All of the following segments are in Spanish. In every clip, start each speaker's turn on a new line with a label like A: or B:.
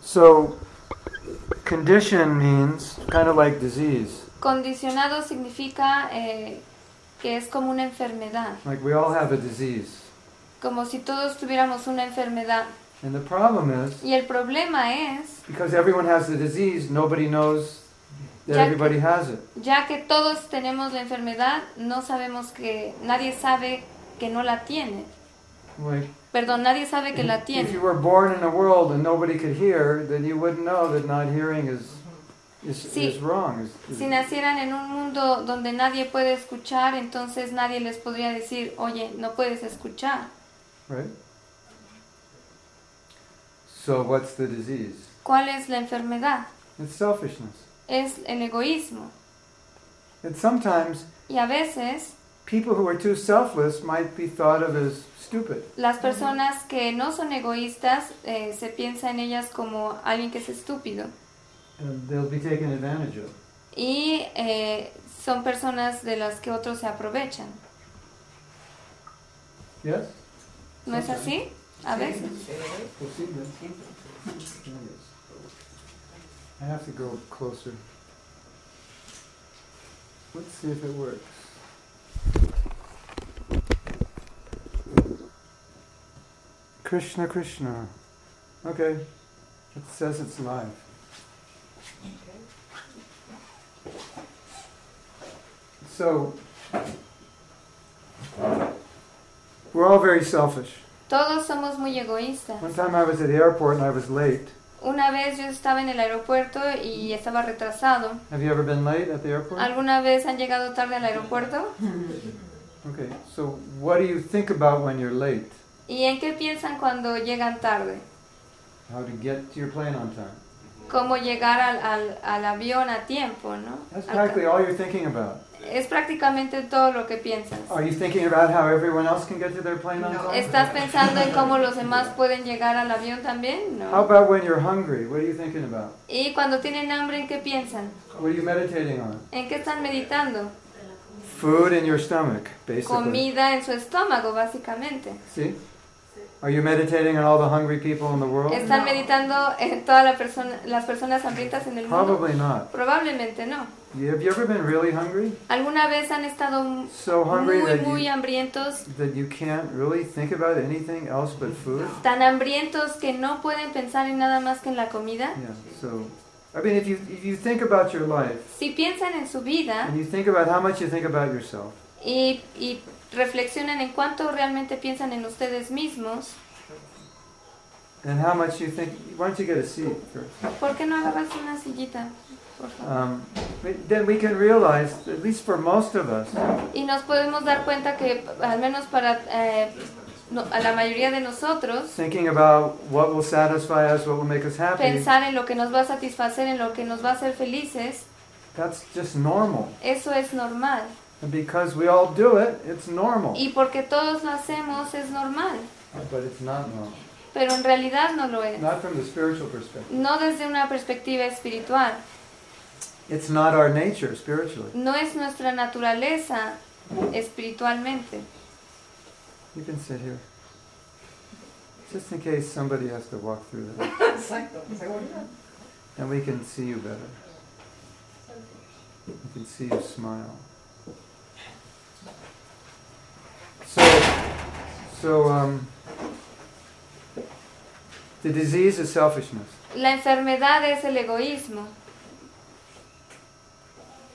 A: So, condition means kind of like disease.
B: Condicionado significa eh, que es como una enfermedad,
A: Like we all have a disease.
B: como si todos tuviéramos una enfermedad.
A: And the problem is
B: Y el problema es,
A: because everyone has the disease, nobody knows that
B: Yeah.
A: everybody has it.
B: ya que todos tenemos la enfermedad, no sabemos que nadie sabe que no la tiene.
A: Like
B: Perdón, nadie sabe que la
A: if you
B: tiene.
A: were born in a world and nobody could hear, then you wouldn't know that not hearing is is,
B: Sí.
A: is wrong. Is, is-
B: Si nacieran en un mundo donde nadie puede escuchar, entonces nadie les podría decir, oye, no puedes escuchar.
A: right? So what's the disease?
B: ¿Cuál es la enfermedad?
A: It's selfishness.
B: Es el egoísmo.
A: And sometimes
B: Y a veces
A: people who are too selfless might be thought of as stupid.
B: las personas que no son egoístas eh, se piensa en ellas como alguien que es estúpido.
A: And they'll be taken advantage of.
B: Y eh, son personas de las que otros se aprovechan.
A: Yes?
B: ¿No es así? A veces.
A: I have to go closer. Let's see if it works. Krishna Krishna. Okay. It says it's live. So, we're all very selfish.
B: Todos somos muy egoístas.
A: One time I was at the airport and I was late.
B: Una vez yo estaba en el aeropuerto y estaba retrasado.
A: Have you ever been late at the airport?
B: ¿Alguna vez han llegado tarde al aeropuerto?
A: Okay, so what do you think about when you're late?
B: ¿Y en qué piensan cuando llegan tarde?
A: How to get to your plane on time?
B: ¿Cómo llegar al, al- al avión a tiempo, no?
A: That's
B: Al-
A: practically all you're thinking about.
B: Es prácticamente todo lo que piensas.
A: Are you thinking about how everyone else can get to their plane on
C: No.
A: time?
B: ¿Estás pensando en cómo los demás pueden llegar al avión también?
A: How
B: No.
A: about when you're hungry? What are you thinking about?
B: ¿Y cuando tienen hambre, en qué piensan?
A: What are you meditating on?
B: ¿En qué están meditando?
A: Food in your stomach, basically.
B: Comida en su estómago, básicamente.
A: See? Are you meditating on all the hungry people in the world?
B: ¿Están meditando en todas la persona- las personas hambrientas en el
A: Ah,
B: mundo?
A: Probably not.
B: Probablemente no.
A: You- Have you ever been really hungry?
B: ¿Alguna vez han estado
A: So hungry
B: muy,
A: that you
B: muy hambrientos?
A: that you can't really think about anything else but food.
B: ¿Tan hambrientos que no pueden pensar en nada más que en la comida?
A: Yeah. So, I mean, if you if you think about your life
B: Si piensan en su vida
A: and you think about how much you think about yourself,
B: y, y reflexionan en cuánto realmente piensan en ustedes mismos,
A: and how much you think, why don't you get a seat first?
B: ¿por qué no agarras una sillita? Por favor?
A: Um, but then we can realize, at least for most of us,
B: Y nos podemos dar cuenta que, al menos para eh, no- a la mayoría de nosotros,
A: thinking about what will satisfy us, what will make us happy,
B: pensar en lo que nos va a satisfacer, en lo que nos va a hacer felices,
A: that's just normal.
B: eso es normal.
A: And because we all do it, it's normal.
B: Y porque todos lo hacemos es normal,
A: But it's not normal.
B: pero en realidad no lo es.
A: Not from the spiritual perspective.
B: No desde una perspectiva espiritual,
A: It's not our nature spiritually.
B: no es nuestra naturaleza espiritualmente.
A: You can sit here. Just in case somebody has to walk through that.
C: Exacto, seguridad.
A: And we can see you better. We can see you smile. So, so um, the disease is selfishness.
B: La enfermedad es el egoísmo,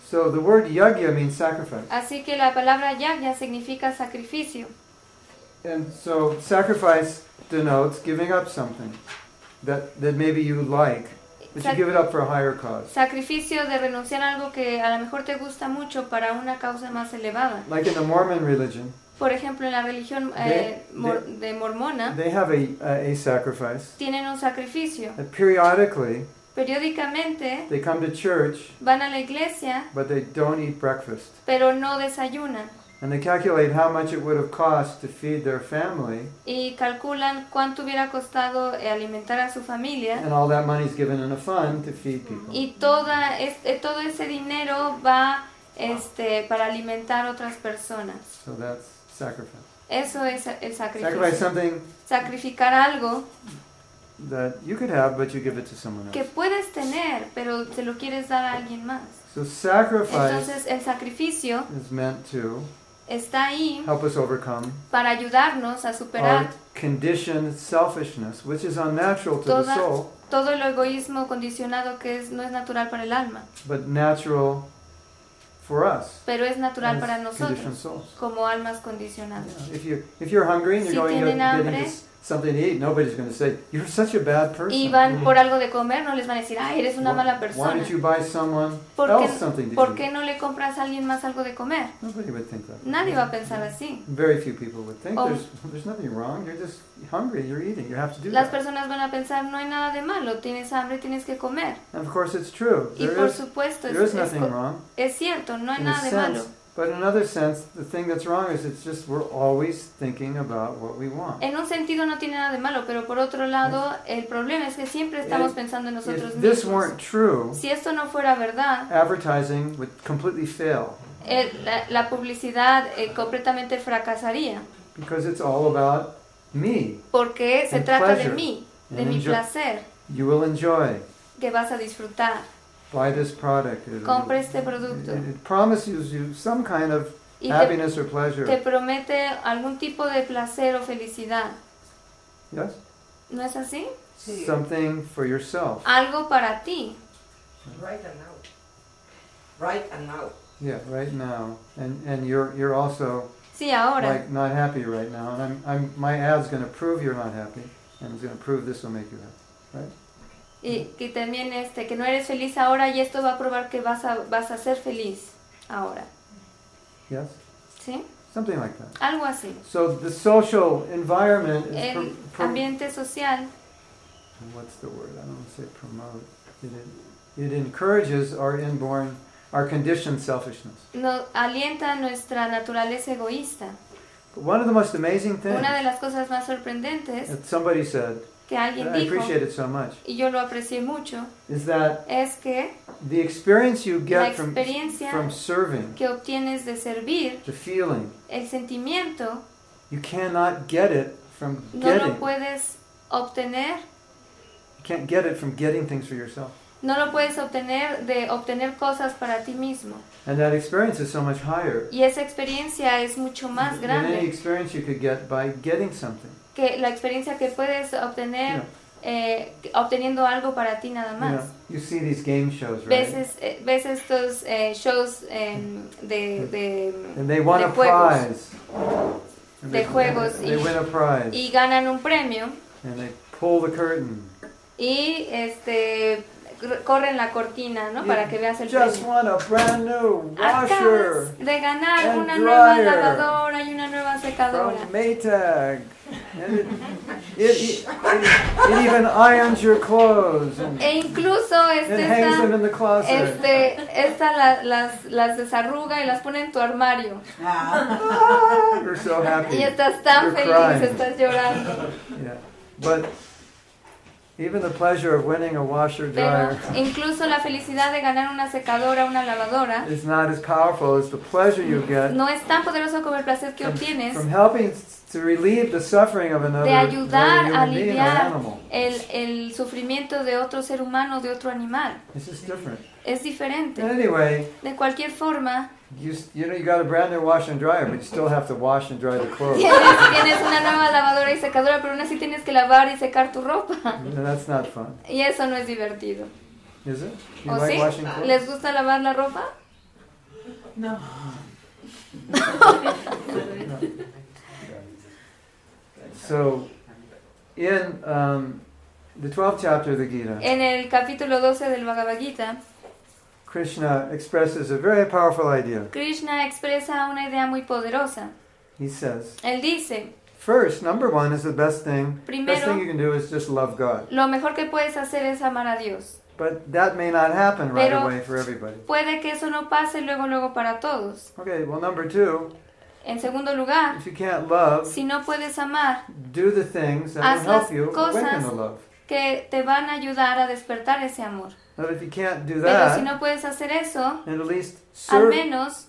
A: So the word yagya means sacrifice,
B: así que la palabra yagya significa sacrificio.
A: and so sacrifice denotes giving up something that that maybe you like, but you
B: Sac-
A: give it up for a higher cause.
B: Sacrificio de renunciar a algo que a lo mejor te gusta mucho para una causa más elevada.
A: Like in the Mormon religion,
B: Por ejemplo, en la religión eh, mor- de mormona
A: they have a a, a sacrifice.
B: tienen un sacrificio.
A: And periodically,
B: Periódicamente
A: they come to church
B: van a la iglesia,
A: but they don't eat breakfast.
B: pero no desayunan
A: And they calculate how much it would have cost to feed their family,
B: y calculan cuánto hubiera costado eh, alimentar a su familia
A: and all that money's given in a fund to feed people.
B: y toda es- eh, todo ese dinero va este, para alimentar otras personas.
A: So that's sacrifice.
B: Eso es el
A: Sacrifice
B: sacrificio.
A: something
B: Sacrificar algo
A: that you could have, but you give it to someone
B: que
A: else.
B: puedes tener, pero se lo quieres dar a alguien más.
A: So sacrifice
B: Entonces mm-hmm. el sacrificio
A: is meant to
B: está ahí
A: help us overcome
B: para ayudarnos a
A: our
B: superar
A: conditioned selfishness, which is unnatural to the
B: Toda-
A: soul,
B: todo el egoísmo condicionado que es, no es natural para el alma,
A: but natural for us
B: pero es natural
A: as
B: para
A: conditioned
B: nosotros
A: souls.
B: como almas
A: Yeah,
B: condicionadas.
A: If you if you're hungry and you're
B: Si
A: going and
B: tienen
A: getting
B: hambre-
A: this- something to eat, nobody's going to say you're such a bad person. Mm-hmm.
B: Y van
C: Mm.
B: por algo de comer, no les van a decir, ay, eres una
A: Why-
B: mala
A: Why
B: persona.
A: don't you buy someone
B: ¿Por
A: else
B: qué,
A: something to
B: por
A: eat?
B: qué no le compras a alguien más algo de comer?
A: Nobody would think that.
B: Nadie va a pensar así.
A: Very few people would think
B: Oh.
A: there's there's nothing wrong. You're just hungry. You're eating. You have to do
B: Las
A: that.
B: personas van a pensar, no hay nada de malo, tienes hambre, tienes que comer.
A: And of course, it's true.
B: Y
A: There
B: por
A: is
B: supuesto, es,
A: there is
B: es
A: nothing
B: co-
A: wrong
B: es cierto, no hay
A: in a
B: nada de malo.
A: sense. But in another sense, the thing that's wrong is it's just we're always thinking about what we want.
B: En un sentido no tiene nada de malo, pero por otro lado, el problema es que siempre estamos
A: If-
B: pensando en
A: Eh,
B: nosotros
A: If this
B: mismos.
A: weren't true,
B: Si esto no fuera verdad,
A: advertising would completely fail
B: eh, la, la publicidad eh, completamente fracasaría,
A: because it's all about me.
B: porque se
A: And
B: trata de
A: pleasure.
B: mí, de
A: And
B: mi
A: enjoy-
B: placer,
A: You will enjoy.
B: que vas a disfrutar.
A: Buy this product. It-
B: Compra este
A: It,
B: producto
A: it promises you some kind of
B: y te,
A: happiness or pleasure.
B: te promete algún tipo de placer o felicidad.
A: yes?
B: ¿No es así?
C: Sí.
A: Something for yourself.
B: Algo para ti.
C: Right and now. Right and now.
A: Yeah, right now. And and you're you're also
B: Sí, ahora.
A: like not happy right now. And I'm I'm my ad's gonna prove you're not happy and it's gonna prove this will make you happy.
B: Y que también este, que no eres feliz ahora y esto va a probar que vas a, vas a ser feliz ahora.
A: Yes?
B: ¿Sí?
A: Something like that.
B: Algo así.
A: So the social environment is
B: El
A: pr- pr-
B: ambiente social
A: what's the word? I don't want to say promote. It, en- it encourages our inborn, our conditioned selfishness.
B: nos alienta nuestra naturaleza egoísta.
A: But one of the most amazing things
B: Una de las cosas más sorprendentes
A: that somebody said,
B: que
A: and
B: alguien
A: I
B: dijo,
A: appreciate it so much,
B: y yo lo aprecié mucho,
A: is that
B: es que
A: the experience you
B: la
A: get from
B: experiencia
A: from serving,
B: que obtienes de servir,
A: the feeling,
B: el sentimiento,
A: you cannot get it from
B: no
A: getting.
B: lo puedes obtener,
A: You can't get it from getting things for yourself.
B: no lo puedes obtener de obtener cosas para ti mismo.
A: And that experience is so much higher
B: Y esa experiencia es mucho más
A: than any
B: grande
A: experience you could get by getting something.
B: que la experiencia que puedes obtener
A: You know,
B: eh, obteniendo algo para ti nada
A: you,
B: más.
A: know, you see these game shows, right?
B: Veces, eh, ves estos eh, shows em, de, de- em,
A: And they won
B: de
A: a
B: juegos.
A: prize. And
B: De
A: they-
B: juegos
A: They
B: y-
A: win a prize.
B: y ganan un premio
A: and they pull the curtain.
B: y este cr- corren la cortina, ¿no?
A: You
B: Para que veas el
A: Just
B: premio.
A: won a brand new washer
B: Acabas de ganar
A: and
B: una nueva
A: dryer
B: lavadora y una nueva
A: from
B: secadora.
A: Maytag. And it, it, it, it even irons your clothes and,
B: E incluso
A: and
B: este
A: hangs them
B: esta,
A: in the closet.
B: este, esta la- las, las desarruga y las pone en tu armario.
A: You're so happy.
B: Y estás tan
A: You're
B: feliz,
A: crying.
B: estás llorando.
A: Yeah. But even the pleasure of winning a washer
B: Pero
A: dryer
B: incluso la felicidad de ganar una secadora, una lavadora,
A: is not as powerful as the pleasure you get
B: no es tan poderoso como el placer que obtienes
A: from helping s- to relieve the suffering of another,
B: de ayudar
A: another
B: a
A: human being or
B: aliviar
A: animal.
B: el, el sufrimiento de otro ser humano, de otro animal.
A: This is different.
B: Es diferente.
A: Anyway,
B: De cualquier forma,
A: you s- you know you got a brand new washer and dryer, but you still have to wash and dry the clothes.
B: tienes, tienes una nueva lavadora y secadora, pero aún así tienes que lavar y secar tu ropa.
A: And that's not fun,
B: Y eso no es divertido.
A: is it? You
B: ¿O
A: like
B: sí?
A: washing clothes?
B: Oh, ¿Les gusta lavar la ropa?
D: No.
A: So, in um, the 12th chapter of the Gita,
B: En el capítulo 12 del Bhagavad Gita,
A: Krishna expresses a very powerful idea.
B: Krishna expresa una idea muy poderosa.
A: He says,
B: Él dice,
A: first, number one is the best thing. Best thing you
B: primero,
A: can do is just love God.
B: lo mejor que puedes hacer es amar a Dios.
A: But that may not happen right
B: Pero-
A: away for everybody.
B: Puede que eso no pase luego, luego para todos.
A: Okay, well, number two,
B: En segundo lugar,
A: if you can't love,
B: si no puedes amar,
A: do the things that will
B: Haz
A: help
B: las
A: you awaken
B: cosas
A: the love.
B: que te van a ayudar a despertar ese amor.
A: But if you can't do
B: Pero si
A: that,
B: no puedes hacer eso,
A: and at least
B: al
A: serve,
B: menos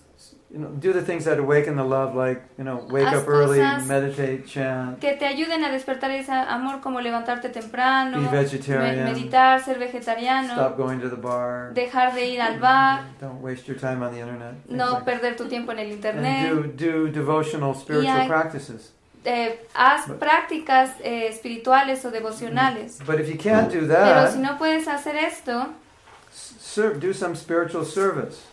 A: you know, do the things that awaken the love, like you know, wake
B: Haz
A: up early,
B: cosas
A: meditate, chant,
B: que te ayuden a despertar ese amor como levantarte
A: be
B: temprano, me-
A: vegetarian,
B: meditar, ser vegetariano,
A: stop going to the bar,
B: dejar de ir al bar,
A: don't waste your time on the internet, things
B: no
A: like that.
B: perder tu tiempo en el internet,
A: and do do devotional spiritual
B: hay-
A: practices.
B: eh, haz prácticas eh, espirituales o devocionales.
A: But if you can't do
B: Pero
A: that,
B: si no puedes hacer esto,
A: s- ser, do some spiritual service.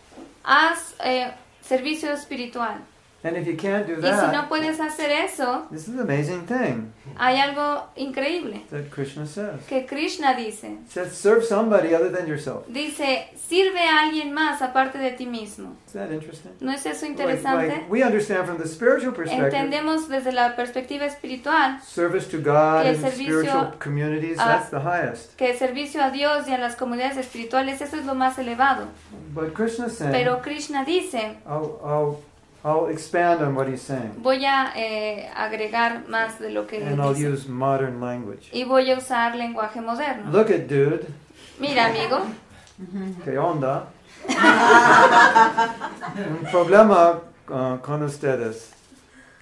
B: haz eh, servicio espiritual.
A: And if you can't do
B: Y si no
A: that,
B: puedes hacer eso,
A: this is an amazing thing
B: hay algo increíble
A: that Krishna says.
B: que Krishna dice.
A: It says serve somebody other than yourself.
B: Dice, sirve a alguien más aparte de ti mismo.
A: Is that interesting?
B: ¿No es eso
A: Like,
B: interesante?
A: like we understand from the spiritual perspective,
B: Entendemos desde la perspectiva espiritual
A: service to God
B: que
A: and
B: el servicio
A: spiritual communities,
B: a-
A: that's the highest.
B: que el servicio a Dios y a las comunidades espirituales, eso es lo más elevado.
A: But Krishna's saying,
B: Pero Krishna dice,
A: I'll, I'll, I'll expand on what he's saying,
B: voy a eh, agregar más de lo que
A: and I'll
B: dice.
A: use modern language.
B: Y voy a usar lenguaje moderno.
A: Look at dude,
B: Mira, amigo,
A: que onda? Un problema uh, con ustedes.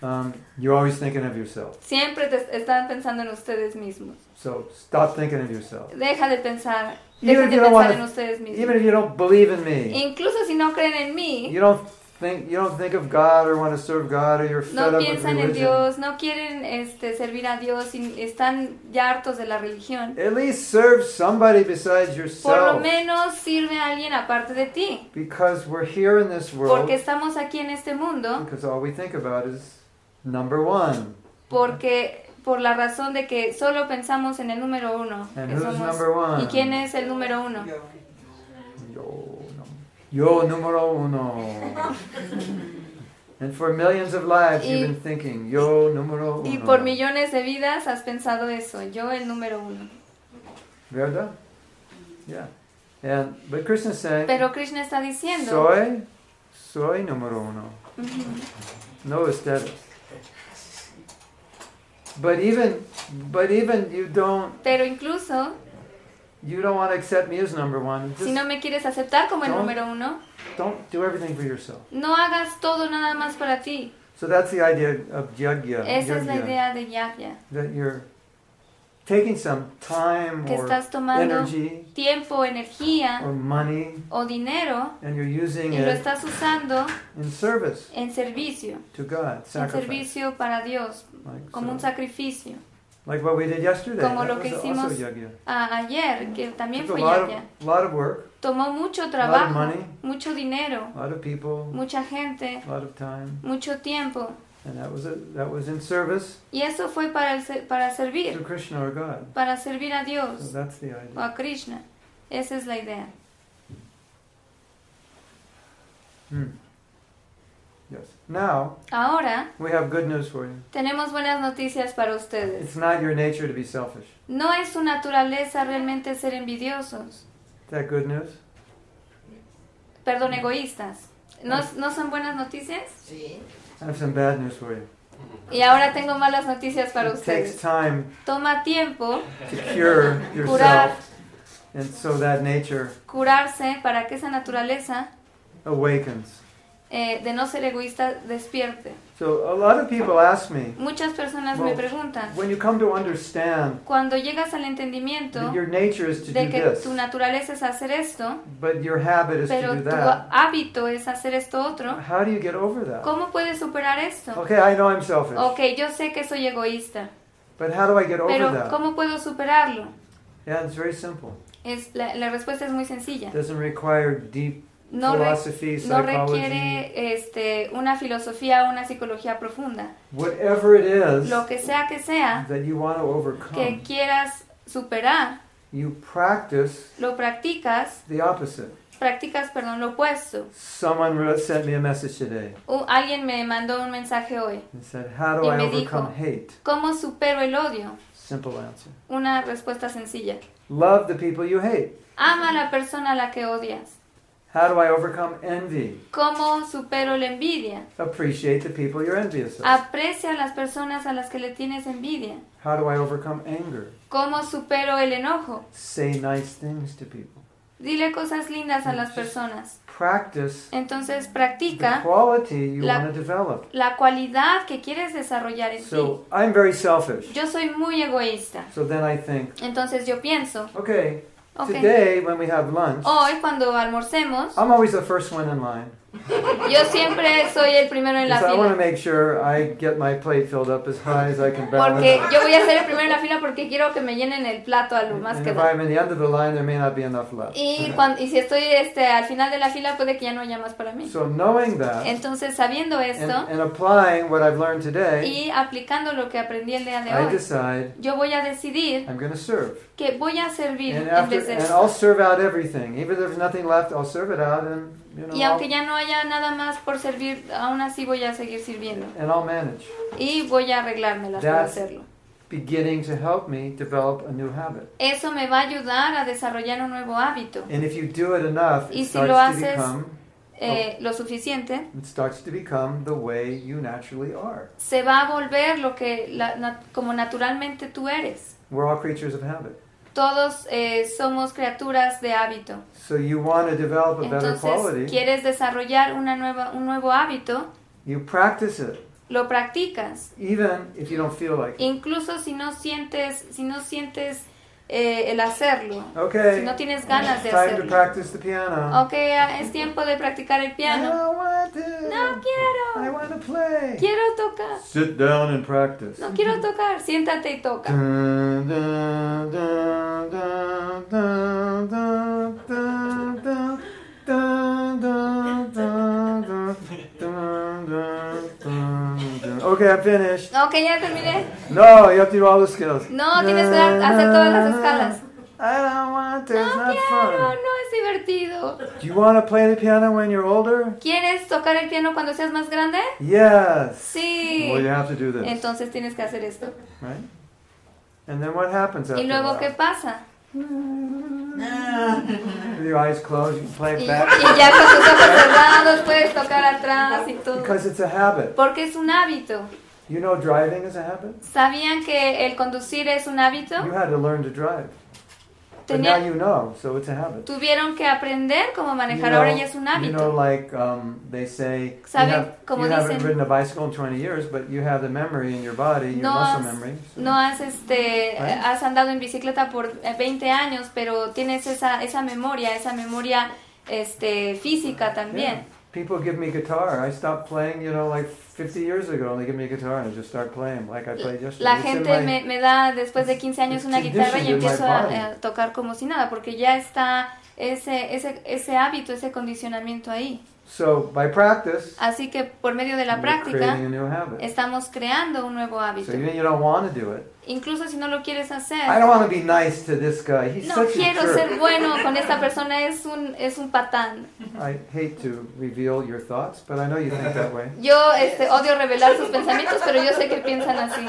A: Um, you're always thinking of yourself,
B: siempre te están pensando en ustedes mismos.
A: so stop thinking of yourself.
B: Deja de pensar,
A: Even
B: dejen
A: if
B: de
A: you don't
B: pensar en
A: want
B: ustedes
A: to, even
B: mismos.
A: if you don't believe in me,
B: Incluso si no creen en mí,
A: You don't think you don't think of God or want to serve God or you're fed
B: no
A: up with
B: piensan en
A: religion.
B: Dios, no quieren este, servir a Dios, y están ya hartos de la religión.
A: At least serve somebody besides
B: Por lo
A: yourself.
B: menos sirve a alguien aparte de ti,
A: Because we're here in this world
B: porque estamos aquí en este mundo,
A: because all we think about is number one.
B: porque por la razón de que solo pensamos en el número uno.
A: And
B: que
A: who's
B: somos-
A: number one?
B: ¿Y quién es el número uno?
C: Yo.
A: Yo, no. Yo número uno. and for millions of lives
B: Y-
A: you've been thinking, yo número uno.
B: Y por millones de vidas has pensado eso, yo el número uno.
A: ¿Verdad? Yeah. And but Krishna's saying
B: Pero Krishna está diciendo,
A: soy soy número uno.
B: ujú,
A: No aesthetic. But even but even you don't
B: pero incluso
A: you don't want to accept me as number one. Just
B: si no me quieres aceptar como el
A: No.
B: número uno,
A: don't do everything for yourself.
B: no hagas todo nada más para ti.
A: So that's the idea of yagya.
B: Esa es la
A: yagya,
B: idea de Yagya,
A: That you're taking some time
B: que
A: or
B: estás tomando
A: energy
B: tiempo, energía
A: or money
B: o dinero
A: and you're using
B: y lo
A: it
B: estás usando
A: in service
B: en servicio,
A: to God,
B: en
A: sacrifice.
B: servicio para Dios,
A: Like,
B: como un
A: so-
B: sacrificio.
A: like what we did yesterday.
B: Como
A: that
B: lo que
A: was
B: hicimos
A: also yagya.
B: A- ayer, que también
A: Took a
B: fue
A: lot of,
B: Yaya,
A: lot of work,
B: tomó mucho
A: a lot of
B: trabajo,
A: money,
B: mucho dinero,
A: a lot of people,
B: mucha gente,
A: a lot of time.
B: mucho tiempo.
A: And that was it. That was in service
B: Y eso fue para, el se- para
A: to
B: servir,
A: Krishna or God.
B: para servir a
A: So
B: Dios
A: that's the
B: o
A: idea.
B: a Krishna. Esa es la idea.
A: Hmm. Yes. Now
B: Ahora
A: we have good news for you.
B: tenemos buenas noticias para ustedes.
A: It's not your nature to be selfish.
B: No es su naturaleza realmente ser envidiosos,
A: Is that good news?
B: perdón, egoístas. ¿No, no son buenas noticias?
C: Sí.
A: I have some bad news for you.
B: Y ahora tengo malas noticias para
A: It takes
B: ustedes.
A: time
B: Toma tiempo
A: to cure
B: Curar.
A: yourself, and so that nature
B: curarse para que esa naturaleza
A: awakens.
B: eh, de no ser egoísta despierte.
A: So a lot of people ask me
B: Muchas personas me
A: Well,
B: preguntan,
A: when you come to understand
B: cuando llegas al entendimiento
A: that your nature is to
B: de
A: do
B: que
A: this,
B: tu naturaleza es hacer esto,
A: but your habit is to
B: pero
A: do
B: tu
A: that,
B: hábito es hacer esto otro,
A: how do you get over that?
B: ¿cómo Oh, puedes superar esto?
A: Okay, I know I'm selfish.
B: Ok, yo sé que soy egoísta,
A: But how do I get over
B: pero
A: that?
B: ¿cómo puedo superarlo?
A: Yeah, it's very simple.
B: Es, la, la respuesta es muy sencilla.
A: It doesn't require deep
B: No, re-
A: philosophy,
B: no
A: psychology.
B: requiere este, una filosofía o una psicología profunda.
A: Whatever it is
B: lo que sea que sea
A: that you want to overcome,
B: que quieras superar,
A: you practice
B: lo practicas,
A: the opposite.
B: practicas, perdón, lo opuesto.
A: Someone wrote, sent me a message today
B: U- alguien me mandó un mensaje hoy.
A: and said, How do
B: Y
A: I
B: me dijo-
A: overcome hate?
B: ¿Cómo supero el odio?
A: Simple answer.
B: Una respuesta sencilla.
A: Love the people you hate.
B: Ama a la persona a la que odias.
A: How do I overcome envy?
B: ¿Cómo supero la envidia?
A: Appreciate the people you're envious of.
B: Aprecia a las personas a las que le tienes envidia.
A: How do I overcome anger?
B: ¿Cómo supero el enojo?
A: Say nice things to people.
B: Dile cosas lindas a las personas.
A: Practice
B: Entonces
A: the
B: practica
A: quality you
B: La-
A: want to develop.
B: la cualidad que quieres desarrollar en ti.
A: So I'm very selfish.
B: Yo soy muy egoísta.
A: So then I think,
B: Entonces yo pienso,
A: okay,
B: ok,
A: today when we have lunch,
B: hoy cuando almorcemos,
A: I'm always the first one in line.
B: yo siempre soy el primero en la
A: Because I want to
B: fila.
A: make sure I get my plate filled up as high as I can balance.
B: Porque yo voy a ser el primero en la fila porque quiero que me llenen el plato a lo más
A: And
B: que
A: if
B: da.
A: I'm in the end of the line, there may not be enough left.
B: Y, cuan- y si estoy este, al final de la fila, puede que ya no haya más para mí.
A: So knowing that
B: Entonces, sabiendo
A: and,
B: esto
A: and applying what I've learned today,
B: y aplicando lo que aprendí el día de
A: I
B: hoy,
A: decide
B: yo voy a decidir
A: I'm going to serve.
B: que voy a servir
A: And
B: en
A: after,
B: vez de
A: and
B: esto.
A: I'll serve out everything. Even if there's nothing left, I'll serve it out, and you know,
B: Y aunque ya no haya nada más por servir, aún así voy a seguir sirviendo.
A: I'll, and I'll manage.
B: Y voy a arreglármelas para
A: That's-
B: hacerlo.
A: Beginning to help me develop a new habit.
B: Eso me va a ayudar a desarrollar un nuevo hábito.
A: And if you do it enough,
B: Y
A: it
B: si lo
A: starts to
B: haces-
A: become
B: Eh, Lo suficiente
A: it starts to become the way you naturally are.
B: se va a volver lo que la- na- como naturalmente tú eres.
A: We're all creatures of habit.
B: Todos eh, somos criaturas de hábito.
A: So you want to develop a better
B: Entonces,
A: quality.
B: quieres desarrollar una nueva, un nuevo hábito,
A: You practice it,
B: lo practicas.
A: even if you don't feel like it.
B: Incluso si no sientes, si no sientes eh, el hacerlo, si
A: Okay.
B: no tienes ganas de
A: Time to
B: hacerlo.
A: practice the piano.
B: Ok, ah, es tiempo de practicar el
A: I
B: piano.
A: don't want to.
B: No
A: I
B: quiero.
A: want to play.
B: Quiero tocar.
A: Sit down and practice.
B: No quiero tocar. Siéntate y toca.
A: Dun, dun, dun, dun, dun, dun, dun, dun, dun, dun, dun, dun, dun, dun, dun, dun. Okay, I'm finished.
B: Ok, ya terminé.
A: No, you have to do all the skills.
B: No, tienes que dar- hacer todas las escalas.
A: I don't want to.
B: No
A: It's not
B: quiero, no
A: fun.
B: es divertido.
A: Do you want to play the piano when you're older?
B: ¿Quieres tocar el piano cuando seas más grande?
A: Yes.
B: Sí.
A: Well, you have to do this,
B: Entonces tienes que hacer esto.
A: right? And then what happens after
B: ¿Y
A: a
B: luego
A: while?
B: qué pasa?
A: With your eyes closed, you can play
B: Y,
A: it
B: y
A: back
B: ya con tus ojos cerrados puedes tocar atrás y todo.
A: because it's a habit.
B: Porque es un hábito.
A: You know, driving is a habit.
B: ¿Sabían que el conducir es un hábito?
A: You had to learn to drive, but now
B: Tenía-
A: you know, so it's a habit.
B: tuvieron que aprender cómo
A: You
B: manejar.
A: know,
B: Ahora ya es un
A: you
B: hábito.
A: know, like um, they say, you,
B: Saben,
A: have,
B: como
A: you haven't
B: dicen-
A: ridden a bicycle in 20 years, but you have the memory in your body, your
B: No
A: muscle
B: has-
A: memory. so-
B: No has este
A: Right.
B: has andado en bicicleta por eh, 20 años, pero tienes esa esa memoria, esa memoria este
A: Ah, Yeah.
B: física también.
A: People give me guitar. I stopped playing, you know, like 50 years ago, and they give me a guitar and I just start playing like I played yesterday.
B: La
A: It's in
B: gente
A: my-
B: me, me da después de 15 años
A: it's
B: una guitarra y
A: conditioned in my
B: empiezo a,
A: body.
B: a tocar como si nada, porque ya está ese, ese, ese hábito, ese condicionamiento ahí.
A: So by practice,
B: Así que por medio de la
A: you're
B: práctica
A: creating a new habit.
B: estamos creando un nuevo hábito.
A: So even you don't want to do it.
B: Incluso si no lo quieres
A: I
B: hacer.
A: don't want to be nice to this guy. He's
B: No
A: such
B: quiero
A: a jerk.
B: ser bueno con esta persona, es un, es un patán.
A: I hate to reveal your thoughts, but I know you think that way.
B: Yo este, odio revelar sus pensamientos, pero yo sé que piensan así.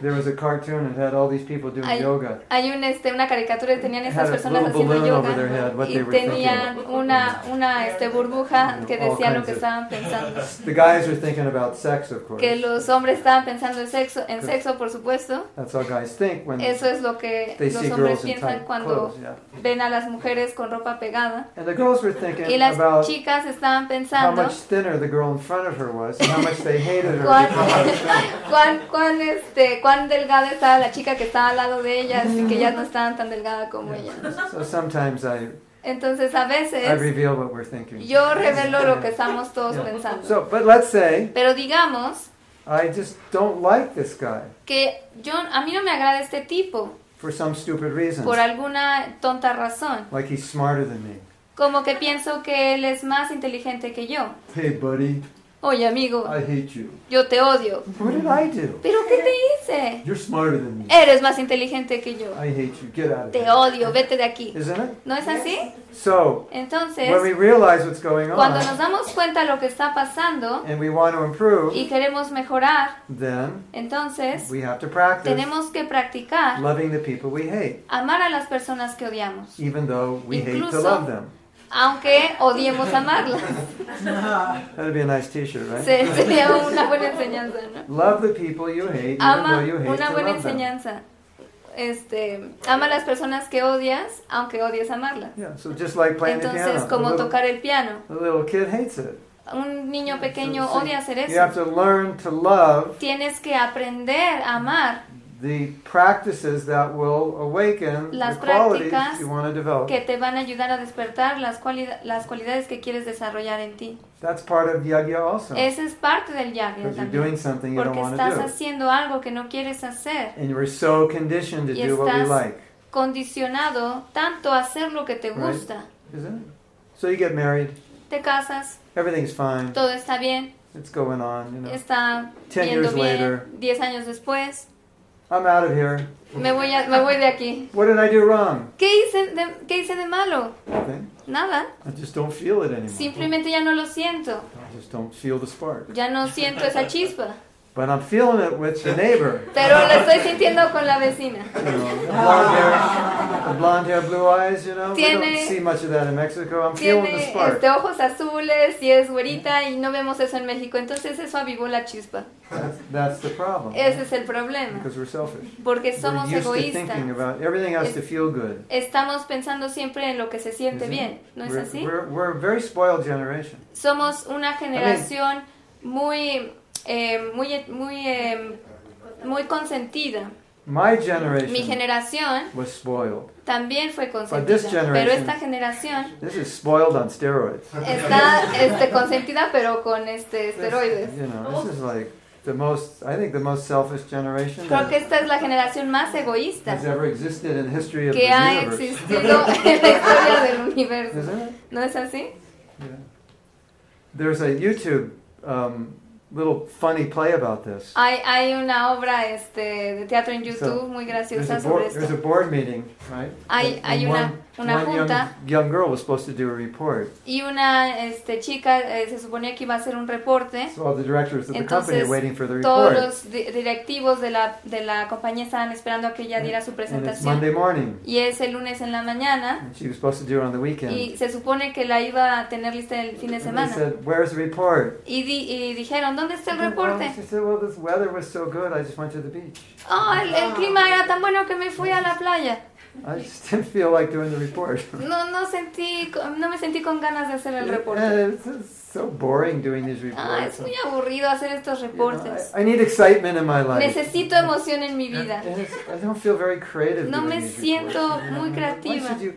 A: There was a cartoon that had all these people doing
B: I-
A: yoga.
B: Hay un, este, una caricatura que tenían
A: It
B: estas
A: had a
B: personas
A: little
B: haciendo
A: balloon over their
B: yoga
A: head, what
B: y
A: they were
B: tenían
A: thinking. Mm,
B: una, una este, burbuja que
A: All
B: decía lo
A: kinds
B: que
A: of-
B: estaban pensando.
A: The guys are thinking about sex, of course.
B: Que los hombres estaban pensando en sexo, en sexo por supuesto.
A: That's how guys think when
B: Eso es lo que
A: Mm. they
B: los
A: see
B: hombres
A: girls in
B: piensan
A: tight
B: cuando
A: clothes. Yeah.
B: ven a las mujeres con ropa pegada.
A: And the girls were
B: Y
A: thinking
B: las
A: about
B: chicas estaban
A: how
B: pensando
A: much thinner the girl in front of her was and how much they hated her.
B: ¿Cuál,
A: because she was thin.
B: cuán, cuán, este, cuán delgada estaba la chica que estaba al lado de ella,
A: Mm.
B: así que ya no estaban tan delgada como ella.
A: So sometimes I,
B: Entonces a
A: I
B: veces
A: reveal what we're thinking.
B: yo revelo lo que estamos todos pensando.
A: So, but let's say
B: Pero digamos
A: I just don't like this guy
B: que yo, a mí no me agrada este tipo
A: for some stupid reason.
B: por alguna tonta razón.
A: Like he's smarter than me.
B: Como que pienso que él es más inteligente que yo.
A: Hey, buddy,
B: Oye amigo,
A: I hate you.
B: yo te odio.
A: What did I do?
B: ¿Pero qué te hice?
A: You're smarter than me.
B: Eres más inteligente que yo.
A: I hate you. Get out of
B: Te
A: here.
B: odio, vete de aquí.
A: Isn't it?
B: ¿No es así?
A: So,
B: Entonces...
A: when we realize what's going
B: Cuando nos
A: on
B: damos cuenta de lo que está pasando
A: and we want to improve,
B: y queremos mejorar,
A: then
B: entonces
A: we have to practice
B: tenemos que practicar
A: loving the people we hate,
B: amar a las personas que odiamos,
A: even though we hate to
B: Incluso-
A: love them.
B: aunque odiemos amarlas.
A: That'd be a nice t-shirt, right?
B: Se- Sería una buena enseñanza, ¿no?
A: Love the people you hate, even
B: Ama
A: though you hate
B: una
A: to
B: buena
A: love them.
B: enseñanza. este, ama a las personas que odias, aunque odies amarlas.
A: Yeah, so just like playing the
B: Entonces,
A: piano.
B: como
A: a, little,
B: tocar el piano,
A: a little kid hates it.
B: un niño pequeño
A: So,
B: odia hacer
A: You have
B: eso.
A: to learn to love
B: Tienes que aprender a amar
A: the practices that will awaken
B: Las
A: the qualities
B: prácticas
A: you want to develop.
B: que te van a ayudar a despertar las, cualida- las cualidades que quieres desarrollar en ti.
A: That's part of yagya also.
B: Esa es parte del yaga
A: Because you're
B: también.
A: doing something you don't
B: Porque
A: want
B: estás
A: to do.
B: haciendo algo que no quieres hacer,
A: And we're so conditioned to
B: Y
A: do what we
B: estás-
A: like.
B: condicionado tanto a hacer lo que te gusta.
A: Is it? So you get married,
B: Te casas,
A: everything's fine,
B: todo está bien,
A: it's going on, you know.
B: está
A: Ten
B: yendo
A: years later.
B: bien, 10 años después,
A: I'm out of here.
B: me voy, a- me voy de aquí.
A: What did I do wrong?
B: ¿Qué hice, de, ¿Qué hice de malo?
A: Nothing.
B: Nada,
A: I just don't feel it anymore.
B: simplemente ya no lo siento,
A: I just don't feel the spark.
B: ya no siento esa chispa,
A: But I'm feeling it with the neighbor.
B: pero la estoy sintiendo con la vecina.
A: You know, the blonde hair, the blonde hair, blue eyes, you know. we
B: Tiene-
A: don't see much of that in Mexico. I'm feeling the
B: Tiene
A: spark.
B: este, ojos azules y es güerita y no vemos eso en México, entonces eso avivó la chispa.
A: That's, that's the problem.
B: Ese es el problema,
A: Because we're selfish.
B: porque
A: We're
B: somos
A: used to thinking
B: egoístas.
A: about everything has to feel good.
B: Estamos pensando siempre en lo que se siente
A: Isn't
B: bien, ¿no es
A: We're,
B: así?
A: we're, we're a very spoiled generation.
B: Somos una generación muy, eh, muy, muy, eh, muy consentida.
A: My
B: Mi
A: generation
B: generación
A: was spoiled.
B: también fue
A: this
B: consentida,
A: generation-
B: pero esta generación
A: This is spoiled on steroids.
B: está este, consentida pero con este, esteroides.
A: You know, this is like the most, I think the most selfish generation
B: Creo que
A: that
B: esta es la generación más egoísta
A: has ever existed in the history of
B: que
A: this
B: ha
A: universe.
B: existido en la historia del universo.
A: Isn't it?
B: ¿No es así?
A: Yeah. There's a YouTube um, little funny play about this.
B: Hay, hay una obra este, de teatro en YouTube
A: So,
B: muy
A: There's
B: graciosa
A: a,
B: sobre
A: board, there's a
B: esto.
A: board meeting, right?
B: Hay,
A: And
B: hay una, una
A: one young,
B: junta
A: young girl was supposed to do a report.
B: y una este, chica eh, se suponía que iba a hacer un reporte.
A: So all the directors of the company are
B: Entonces,
A: waiting for the
B: Todos
A: report.
B: los di- directivos de la, de la compañía estaban esperando a que ella diera su
A: And it's
B: presentación.
A: Monday morning.
B: Y es el lunes en la mañana
A: And she was supposed to do it on the weekend.
B: y se supone que la iba a tener lista el fin de
A: And they
B: semana.
A: said, where's the report?
B: Y, di- y dijeron, ¿dónde está el
A: Well,
B: reporte?
A: She said, well, this weather was so good, I just went to the beach.
B: Oh, el, el clima era tan bueno que me fui a la playa.
A: I just didn't feel like doing the report.
B: No, no sentí, no me sentí con ganas de hacer el reporte.
A: And it's, it's so boring doing these reports.
B: Ah, es muy aburrido hacer estos
A: You know,
B: reportes.
A: I, I need excitement in my life.
B: Necesito emoción en mi vida.
A: And it's- I don't feel very creative
B: No
A: doing
B: me
A: these
B: siento
A: reports.
B: muy
A: Why should
B: creativa.
A: you,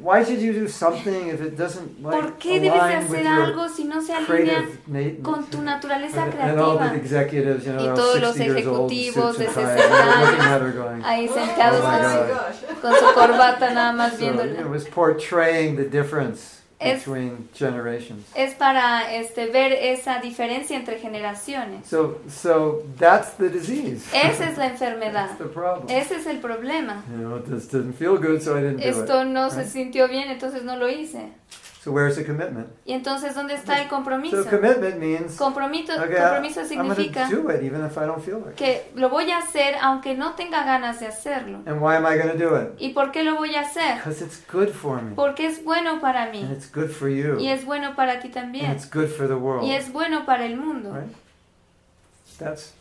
A: why should you do something if it doesn't like,
B: ¿Por qué debes de
A: align with
B: hacer
A: your
B: algo si no se alinea
A: creative na-
B: con tu naturaleza
A: and, and all the
B: creativa?
A: executives, you know,
B: Y
A: they're all
B: todos
A: 60
B: los
A: years old, in
B: ejecutivos
A: suits
B: de
A: and ties, and
B: 60
A: they're looking
B: años.
A: at her going,
B: Ahí sentados
A: Oh my
B: con
A: God.
B: su, con su corbata nada más
A: So it
B: viéndola.
A: was portraying the difference
B: Es-
A: between generations.
B: Es para este, ver esa diferencia entre generaciones.
A: So, so that's the disease.
B: Esa es la enfermedad.
A: That's the problem.
B: Ese es el problema.
A: you know, this didn't feel good, so I didn't do it.
B: Esto no se sintió bien, entonces no lo hice.
A: So where's the commitment?
B: Y entonces, ¿dónde está el compromiso?
A: So commitment means
B: Compromiso,
A: okay,
B: compromiso
A: I, am going to
B: significa
A: do it even if I don't feel like it.
B: que lo voy a hacer aunque no tenga ganas de hacerlo.
A: And why am I going to do it?
B: ¿Y por qué lo voy a hacer?
A: Because it's good for me,
B: Porque es bueno para
A: and
B: mí
A: it's good for you,
B: y es bueno para ti
A: and
B: también
A: it's good for the world.
B: y es bueno para el mundo.
A: Right? That's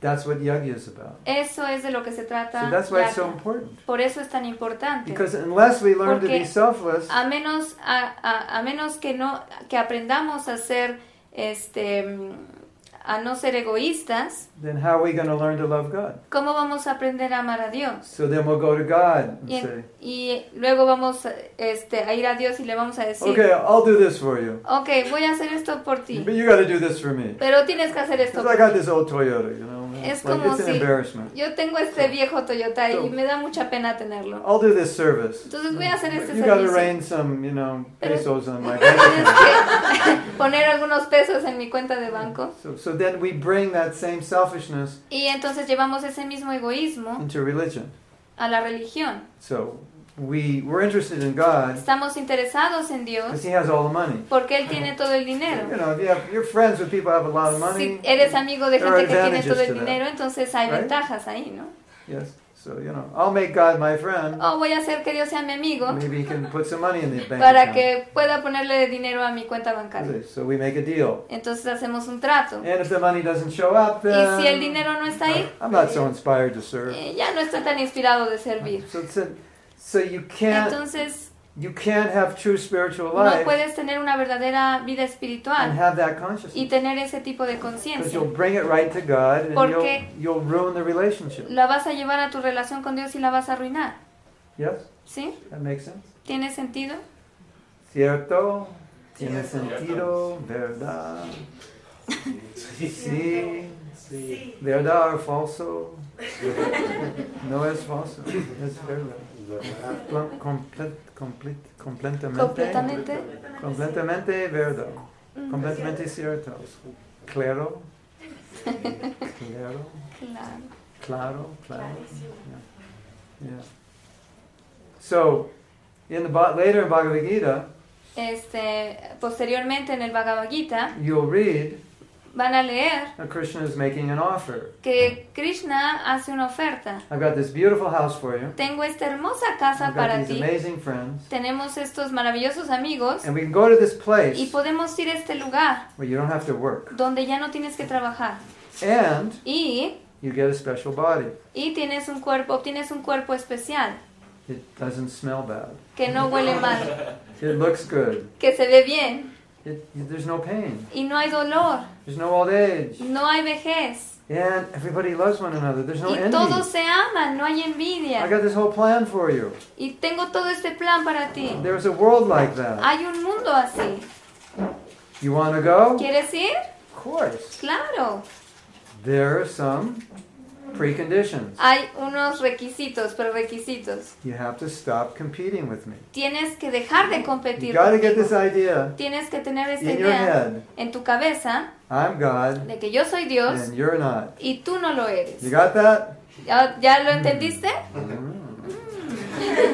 A: that's what yoga is about.
B: Eso es de lo que se
A: So
B: trata.
A: that's why it's so
B: Yatra.
A: important.
B: Por eso es tan importante.
A: Because unless we learn to be
B: Porque-
A: selfless,
B: A menos a, a- a menos que no que aprendamos a ser este mm, a no ser egoístas,
A: then how are we going to learn to love God?
B: ¿cómo vamos a aprender a amar a Dios?
A: So then we'll go to God and
B: Y, en-
A: say,
B: y luego vamos a, este, a ir a Dios y le vamos a decir,
A: "Okay, I'll do this for you,
B: ok, voy a hacer esto por ti,
A: but you got to do this for me."
B: pero tienes que hacer esto.
A: 'Cause I
B: por
A: got
B: mí".
A: this old Toyota, you know.
B: Es
A: like,
B: como
A: it's an
B: si-
A: embarrassment.
B: Yo tengo este viejo Toyota y
A: So-
B: me da mucha pena tenerlo.
A: I'll do this service.
B: Entonces voy a hacer este
A: You got to
B: servicio.
A: rain some, you know,
B: Pero-
A: pesos on my bank
B: Tienes
A: account.
B: que poner algunos pesos en mi cuenta de banco
A: So, so then we bring that same selfishness
B: y entonces llevamos ese mismo egoísmo
A: into religion.
B: a la religión.
A: So we we're interested in God
B: Estamos interesados en Dios
A: because He has all the money.
B: porque Él tiene todo el dinero.
A: You know, if you have, you're friends with people who have a lot of money.
B: Si eres amigo de
A: There are
B: gente que tiene
A: advantages
B: todo el
A: to that.
B: dinero, entonces hay
A: Right?
B: ventajas ahí, ¿no?
A: Yes. So, you know, I'll make God my friend.
B: O voy a hacer que Dios sea mi amigo
A: Maybe he can put some money in the bank
B: para
A: account.
B: que pueda ponerle dinero a mi cuenta bancaria.
A: Okay, So we make a deal.
B: Entonces hacemos un trato.
A: And if the money doesn't show up, then
B: Y si el dinero no está ahí,
A: I'm not so inspired to serve.
B: eh, ya no estoy tan inspirado de servir.
A: So, it's a- so you can't
B: Entonces
A: you can't have true spiritual
B: no
A: life
B: puedes tener una verdadera vida
A: and Pues
B: espiritual
A: have that
B: y
A: consciousness
B: tener ese tipo de
A: because
B: conciencia.
A: you'll bring it right to God and
B: Porque-
A: you'll you'll ruin the relationship.
B: La vas a llevar a tu relación con Dios y la vas a arruinar.
A: Yes,
B: ¿Sí?
A: that makes sense.
B: ¿Tiene sentido?
A: Cierto, tiene sentido, verdad. Sí, sí. Verdad o falso. No es falso, es verdad. Compl- complet- complet- completamente,
B: Completamente.
A: completamente verdad. Completamente cierto. Claro. Claro.
B: Mm, Claro.
A: Claro. Claro. Yeah. Yeah. So, in the Bha- later in Bhagavad Gita,
B: Este, posteriormente en el Bhagavad Gita
A: you'll read
B: van a leer
A: that Krishna is making an offer.
B: que Krishna hace una oferta.
A: I've got this beautiful house for you.
B: Tengo esta hermosa casa
A: I've got
B: para
A: these
B: ti.
A: amazing friends.
B: Tenemos estos maravillosos amigos
A: And we can go to this
B: y
A: place
B: podemos ir a este lugar
A: where you don't have to work.
B: donde ya no tienes que trabajar.
A: And
B: Y,
A: you get a special body.
B: y tienes un cuerpo, obtienes un cuerpo especial
A: It doesn't smell bad.
B: que no huele mal,
A: It looks good.
B: que se ve bien
A: It, there's no pain.
B: y no hay dolor,
A: There's no old age.
B: no hay vejez
A: And everybody loves one another. There's no
B: y
A: envy.
B: todos se aman, no hay
A: I
B: envidia
A: got this whole plan for you.
B: y tengo todo este plan para ti.
A: There's a world like that.
B: Hay un mundo así.
A: You want to go?
B: ¿Quieres ir?
A: Of course.
B: Claro.
A: There are some preconditions.
B: Hay unos requisitos, pero requisitos.
A: You have to stop competing with me.
B: Tienes que dejar de
A: You
B: competir.
A: got to get
B: conmigo.
A: this idea
B: Tienes que tener esta
A: in your
B: idea
A: head.
B: en tu cabeza
A: I'm God
B: de que yo soy Dios
A: and you're not.
B: y tú no lo eres.
A: You got that?
B: ¿Ya, ya lo entendiste? Mm.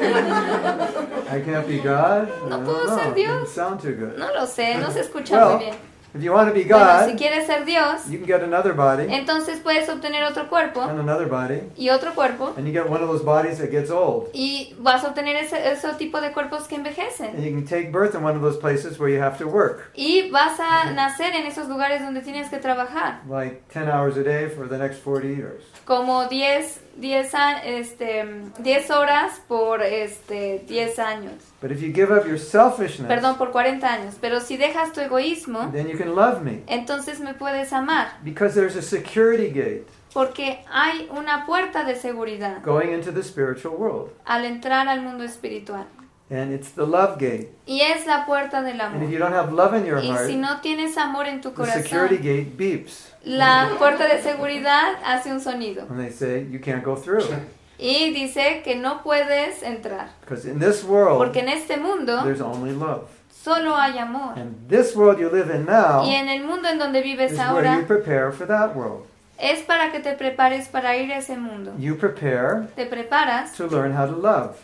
A: I can't be God. I
B: No
A: don't
B: puedo
A: know.
B: ser
A: It
B: Dios.
A: Doesn't sound too good.
B: No lo sé, no se escucha
A: Well,
B: muy bien.
A: If you want to be
B: Bueno, si
A: God,
B: quieres ser Dios,
A: you can get another body
B: entonces puedes obtener otro cuerpo
A: and another body,
B: y otro cuerpo
A: and you get one of those bodies that gets old.
B: y vas a obtener ese, ese tipo de cuerpos que envejecen.
A: And you can take birth in one of those places where you have to work,
B: Y vas a nacer en esos lugares donde tienes que trabajar,
A: like 10 hours a day for the next 40 years.
B: como 10, 10, a- este, 10 horas por este, 10 años,
A: But if you give up your selfishness,
B: perdón, por 40 años. Pero si dejas tu egoísmo,
A: then you can love me.
B: entonces me puedes amar,
A: Because there's a security gate
B: porque hay una puerta de seguridad
A: going into the spiritual world.
B: al entrar al mundo espiritual.
A: And it's the love gate.
B: Y es la puerta del
A: And if
B: amor.
A: you don't have love in your
B: Y
A: heart,
B: si no tienes amor en tu
A: the security
B: corazón,
A: gate beeps.
B: la puerta de seguridad hace un sonido
A: And they say, you can't go through.
B: y dice que no puedes entrar.
A: Because in this world,
B: Porque en este mundo
A: Oh. there's only love.
B: solo hay amor.
A: And this world you live in now
B: Y en el mundo en donde
A: is
B: vives
A: where you
B: ahora
A: prepare for that world.
B: es para que te prepares para ir a ese mundo.
A: You prepare
B: Te preparas
A: to learn how to love.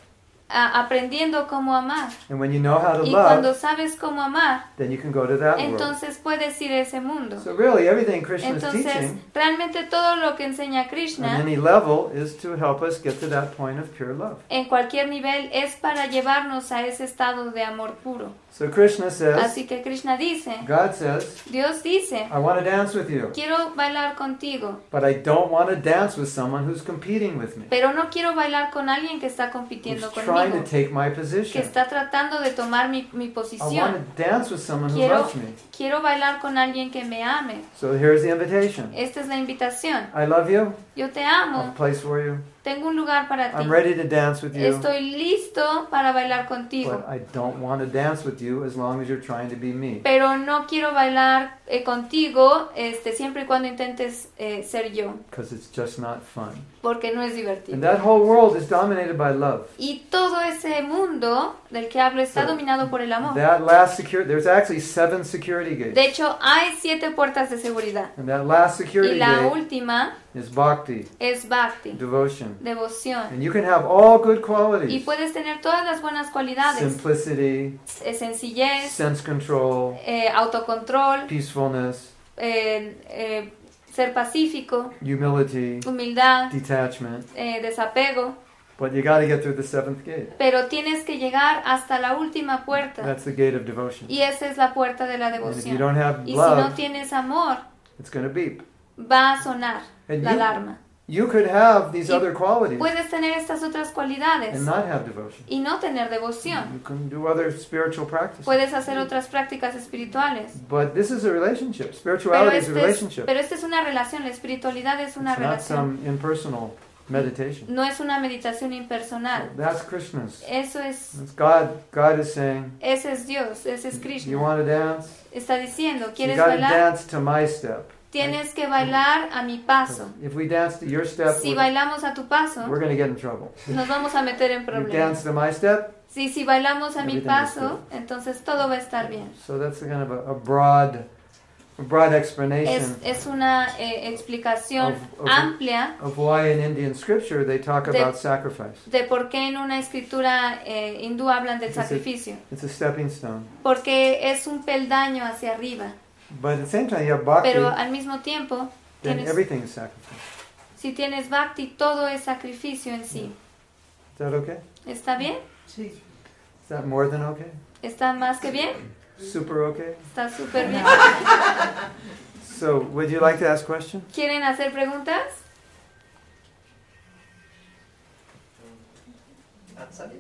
B: a- aprendiendo cómo amar.
A: And when you know how to
B: Y
A: love,
B: cuando sabes cómo amar,
A: then you can go to that world.
B: entonces puedes ir a ese mundo.
A: So really, everything Krishna is
B: Entonces,
A: teaching
B: realmente todo lo que enseña
A: on
B: Krishna
A: any level is to help us get to that point of pure love.
B: en cualquier nivel es para llevarnos a ese estado de amor puro.
A: So Krishna says,
B: Así que Krishna dice,
A: God says,
B: Dios dice,
A: I want to dance with you,
B: quiero bailar contigo,
A: but I don't want to dance with someone who's competing with me,
B: pero no quiero bailar con alguien que está
A: who's
B: compitiendo
A: trying to
B: conmigo,
A: take my
B: que
A: position.
B: está tratando de tomar mi, mi
A: I want
B: posición.
A: to dance with someone who
B: Quiero-
A: loves me.
B: Quiero bailar con alguien que me ame.
A: So here's the invitation.
B: Esta es la invitación.
A: I love you.
B: Yo te
A: I have a
B: amo,
A: place for you.
B: tengo un lugar para ti.
A: Ah. I'm ready to dance with you.
B: eh, Estoy listo para bailar contigo,
A: But I don't want to dance with you as long as you're trying to be me.
B: pero no quiero bailar eh, contigo este, siempre y cuando intentes eh, ser yo,
A: Because it's just not fun.
B: porque no es
A: And
B: divertido.
A: that whole world is dominated by love.
B: Y todo ese mundo del que hablo está
A: So,
B: dominado por el amor.
A: That last security, there's actually seven security
B: De
A: gates.
B: hecho, hay siete puertas de seguridad.
A: And that last
B: Y
A: security
B: la
A: gate
B: última
A: is bhakti,
B: es bhakti,
A: devotion.
B: devoción.
A: And you can have all good
B: Ah. Y
A: qualities
B: puedes tener todas las buenas cualidades.
A: simplicity,
B: eh, Sencillez,
A: sense control,
B: eh, autocontrol,
A: peacefulness,
B: eh, eh, ser pacífico,
A: humility,
B: humildad,
A: detachment.
B: eh, desapego,
A: But you got to get through the seventh gate.
B: pero tienes que llegar hasta la última puerta
A: That's the gate of devotion.
B: y esa es la puerta de la
A: And if you
B: devoción.
A: don't have
B: Y si no
A: love,
B: tienes amor,
A: it's going to beep.
B: va a sonar
A: And
B: la
A: you,
B: alarma.
A: you could have these
B: Y
A: other qualities
B: Puedes tener estas otras cualidades
A: and not have devotion.
B: y no tener devoción.
A: You can do other spiritual practices.
B: Puedes hacer otras prácticas espirituales.
A: But this is a relationship.
B: Pero
A: Spirituality is a
B: esta es,
A: relationship.
B: pero esta es una relación, la espiritualidad es una
A: It's not
B: relación,
A: some impersonal meditation.
B: no es una meditación impersonal.
A: That's Krishna's.
B: Eso es,
A: It's God. God is saying,
B: ese es Dios, ese es
A: you
B: Krishna.
A: want to dance?
B: Está diciendo,
A: You
B: ¿quieres
A: got to
B: bailar?
A: dance to my step.
B: Tienes que bailar a mi paso.
A: If we dance to your step,
B: Si
A: we're,
B: bailamos a tu paso,
A: we're going to get in trouble.
B: nos vamos a meter en
A: You dance
B: problemas.
A: to my step,
B: Si, si bailamos a mi
A: Everything is
B: paso, entonces todo va a estar bien.
A: so that's a kind of a, a broad, a broad
B: Es,
A: explanation
B: es una eh, explicación
A: Of- of-
B: amplia
A: of why in Indian scripture they talk
B: De-
A: about sacrifice.
B: de por qué en una escritura eh, hindú hablan del
A: Is it-
B: sacrificio.
A: It's a stepping stone.
B: Porque es un peldaño hacia arriba.
A: But at the same time, you have bhakti,
B: Pero al mismo tiempo,
A: then
B: tienes-
A: everything is sacrifice.
B: si tienes bhakti, todo es sacrificio en sí.
A: Is that okay?
B: ¿Está bien?
D: Sí.
A: Is that more than okay?
B: ¿Está más que bien?
A: Super okay?
B: ¿Está súper bien?
A: So, would you like to ask questions?
B: ¿Quieren hacer preguntas?
C: Outside.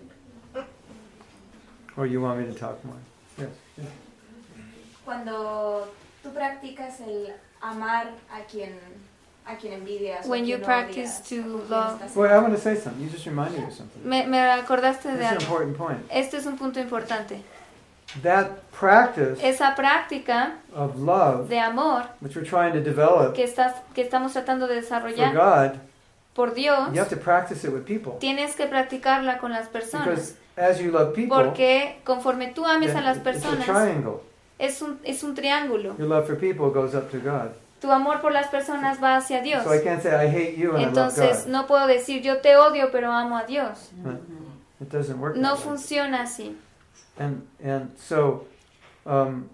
A: Or you want me to talk more? Yes.
E: Cuando tú practicas el amar a quien a quien envidias, o a
B: When
E: quien
B: you
E: no
B: practice
E: odias,
B: to
E: o con quien
B: love.
E: estás-
A: Wait, I want to say something. You just reminded me of something.
B: Me, me acordaste de
A: That's an
B: algo.
A: important point.
B: Este es un punto importante.
A: That practice
B: Esa práctica
A: of love,
B: de amor
A: which we're trying to develop
B: que, estás, que estamos tratando de
A: for
B: desarrollar
A: God,
B: por
A: you have
B: Dios,
A: to practice it with people.
B: tienes que practicarla con las personas.
A: Because as you love people,
B: Porque conforme tú ames a
A: then
B: las
A: it's a
B: personas,
A: triangle.
B: es un, es un triángulo.
A: Your love for people goes up to God.
B: Tu amor por las personas va hacia Dios.
A: So I can't say I hate you and I love
B: Entonces
A: God.
B: no puedo decir yo te odio pero amo a Dios.
A: It doesn't work.
B: No
A: that way.
B: funciona así.
A: And and so, um,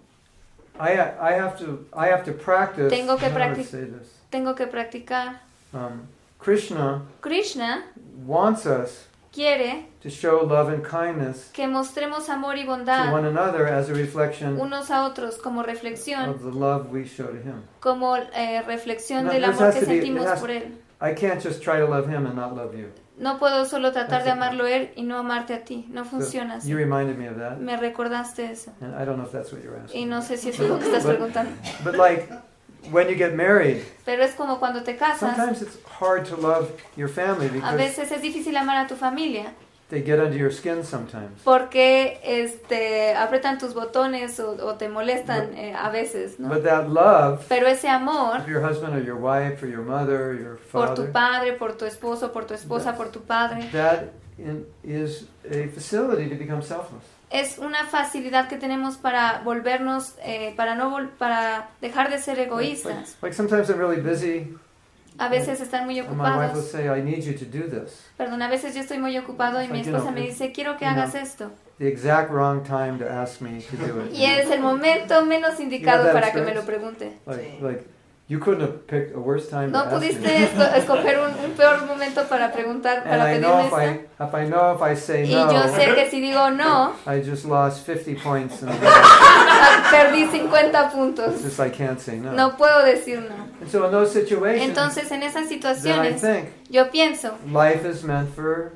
A: I I have to I have to practice.
B: Tengo que
A: how do I
B: practic-
A: Say this.
B: Tengo que practicar.
A: Um, Krishna
B: Krishna
A: wants us
B: quiere
A: to show love and kindness
B: que mostremos amor y
A: to
B: bondad
A: one another as a reflection
B: unos a otros como reflexión,
A: of the love we show to Him.
B: como eh, reflexión
A: No,
B: del
A: this
B: amor
A: has
B: que
A: to be- it
B: sentimos
A: has-
B: por Él.
A: I can't just try to love Him and not love you.
B: No puedo solo tratar
A: That's
B: de
A: it.
B: amarlo a Él y no amarte a ti. No funciona así.
A: You reminded me of that,
B: Me recordaste eso.
A: and I don't know if that's what you're
B: Y
A: asking.
B: no sé si eso es lo que estás
A: But-
B: preguntando.
A: But like, when you get married,
B: Pero es como cuando te casas.
A: sometimes it's hard to love your family
B: A
A: because
B: veces es difícil amar a tu familia
A: they get under your skin sometimes.
B: porque este, apretan tus botones o, o te molestan eh, a veces, ¿no?
A: But that love
B: Pero ese amor
A: Of your husband or your wife or your mother or your
B: por tu
A: father.
B: padre, por tu esposo, por tu esposa, por tu padre,
A: That in, is a facility to become selfless.
B: es una facilidad que tenemos para volvernos, eh, para, no vol- para dejar de ser
A: pues, Like,
B: egoístas.
A: like sometimes I'm really busy
B: A veces están muy
A: and my wife will
B: ocupados.
A: say, I need you to do this.
B: Perdón, a veces yo estoy muy ocupado y mi esposa me dice, quiero que hagas esto.
A: The exact wrong time to ask me to do it.
B: Y es el momento menos indicado para que me lo pregunte.
A: Like, like you couldn't have picked a worse time
B: No
A: to ask
B: pudiste
A: me.
B: esco- escoger un, un peor momento para preguntar,
A: And
B: para
A: I know
B: pedirme
A: if
B: esto.
A: I, if I know if I say
B: Y
A: no,
B: yo sé que si digo no,
A: I just lost 50 points and
B: ah, perdí 50 puntos.
A: it's just I can't say no.
B: No puedo decir no.
A: And so in those situations,
B: Entonces, en
A: then
B: esas
A: I
B: situaciones,
A: think,
B: yo pienso,
A: Life is meant for,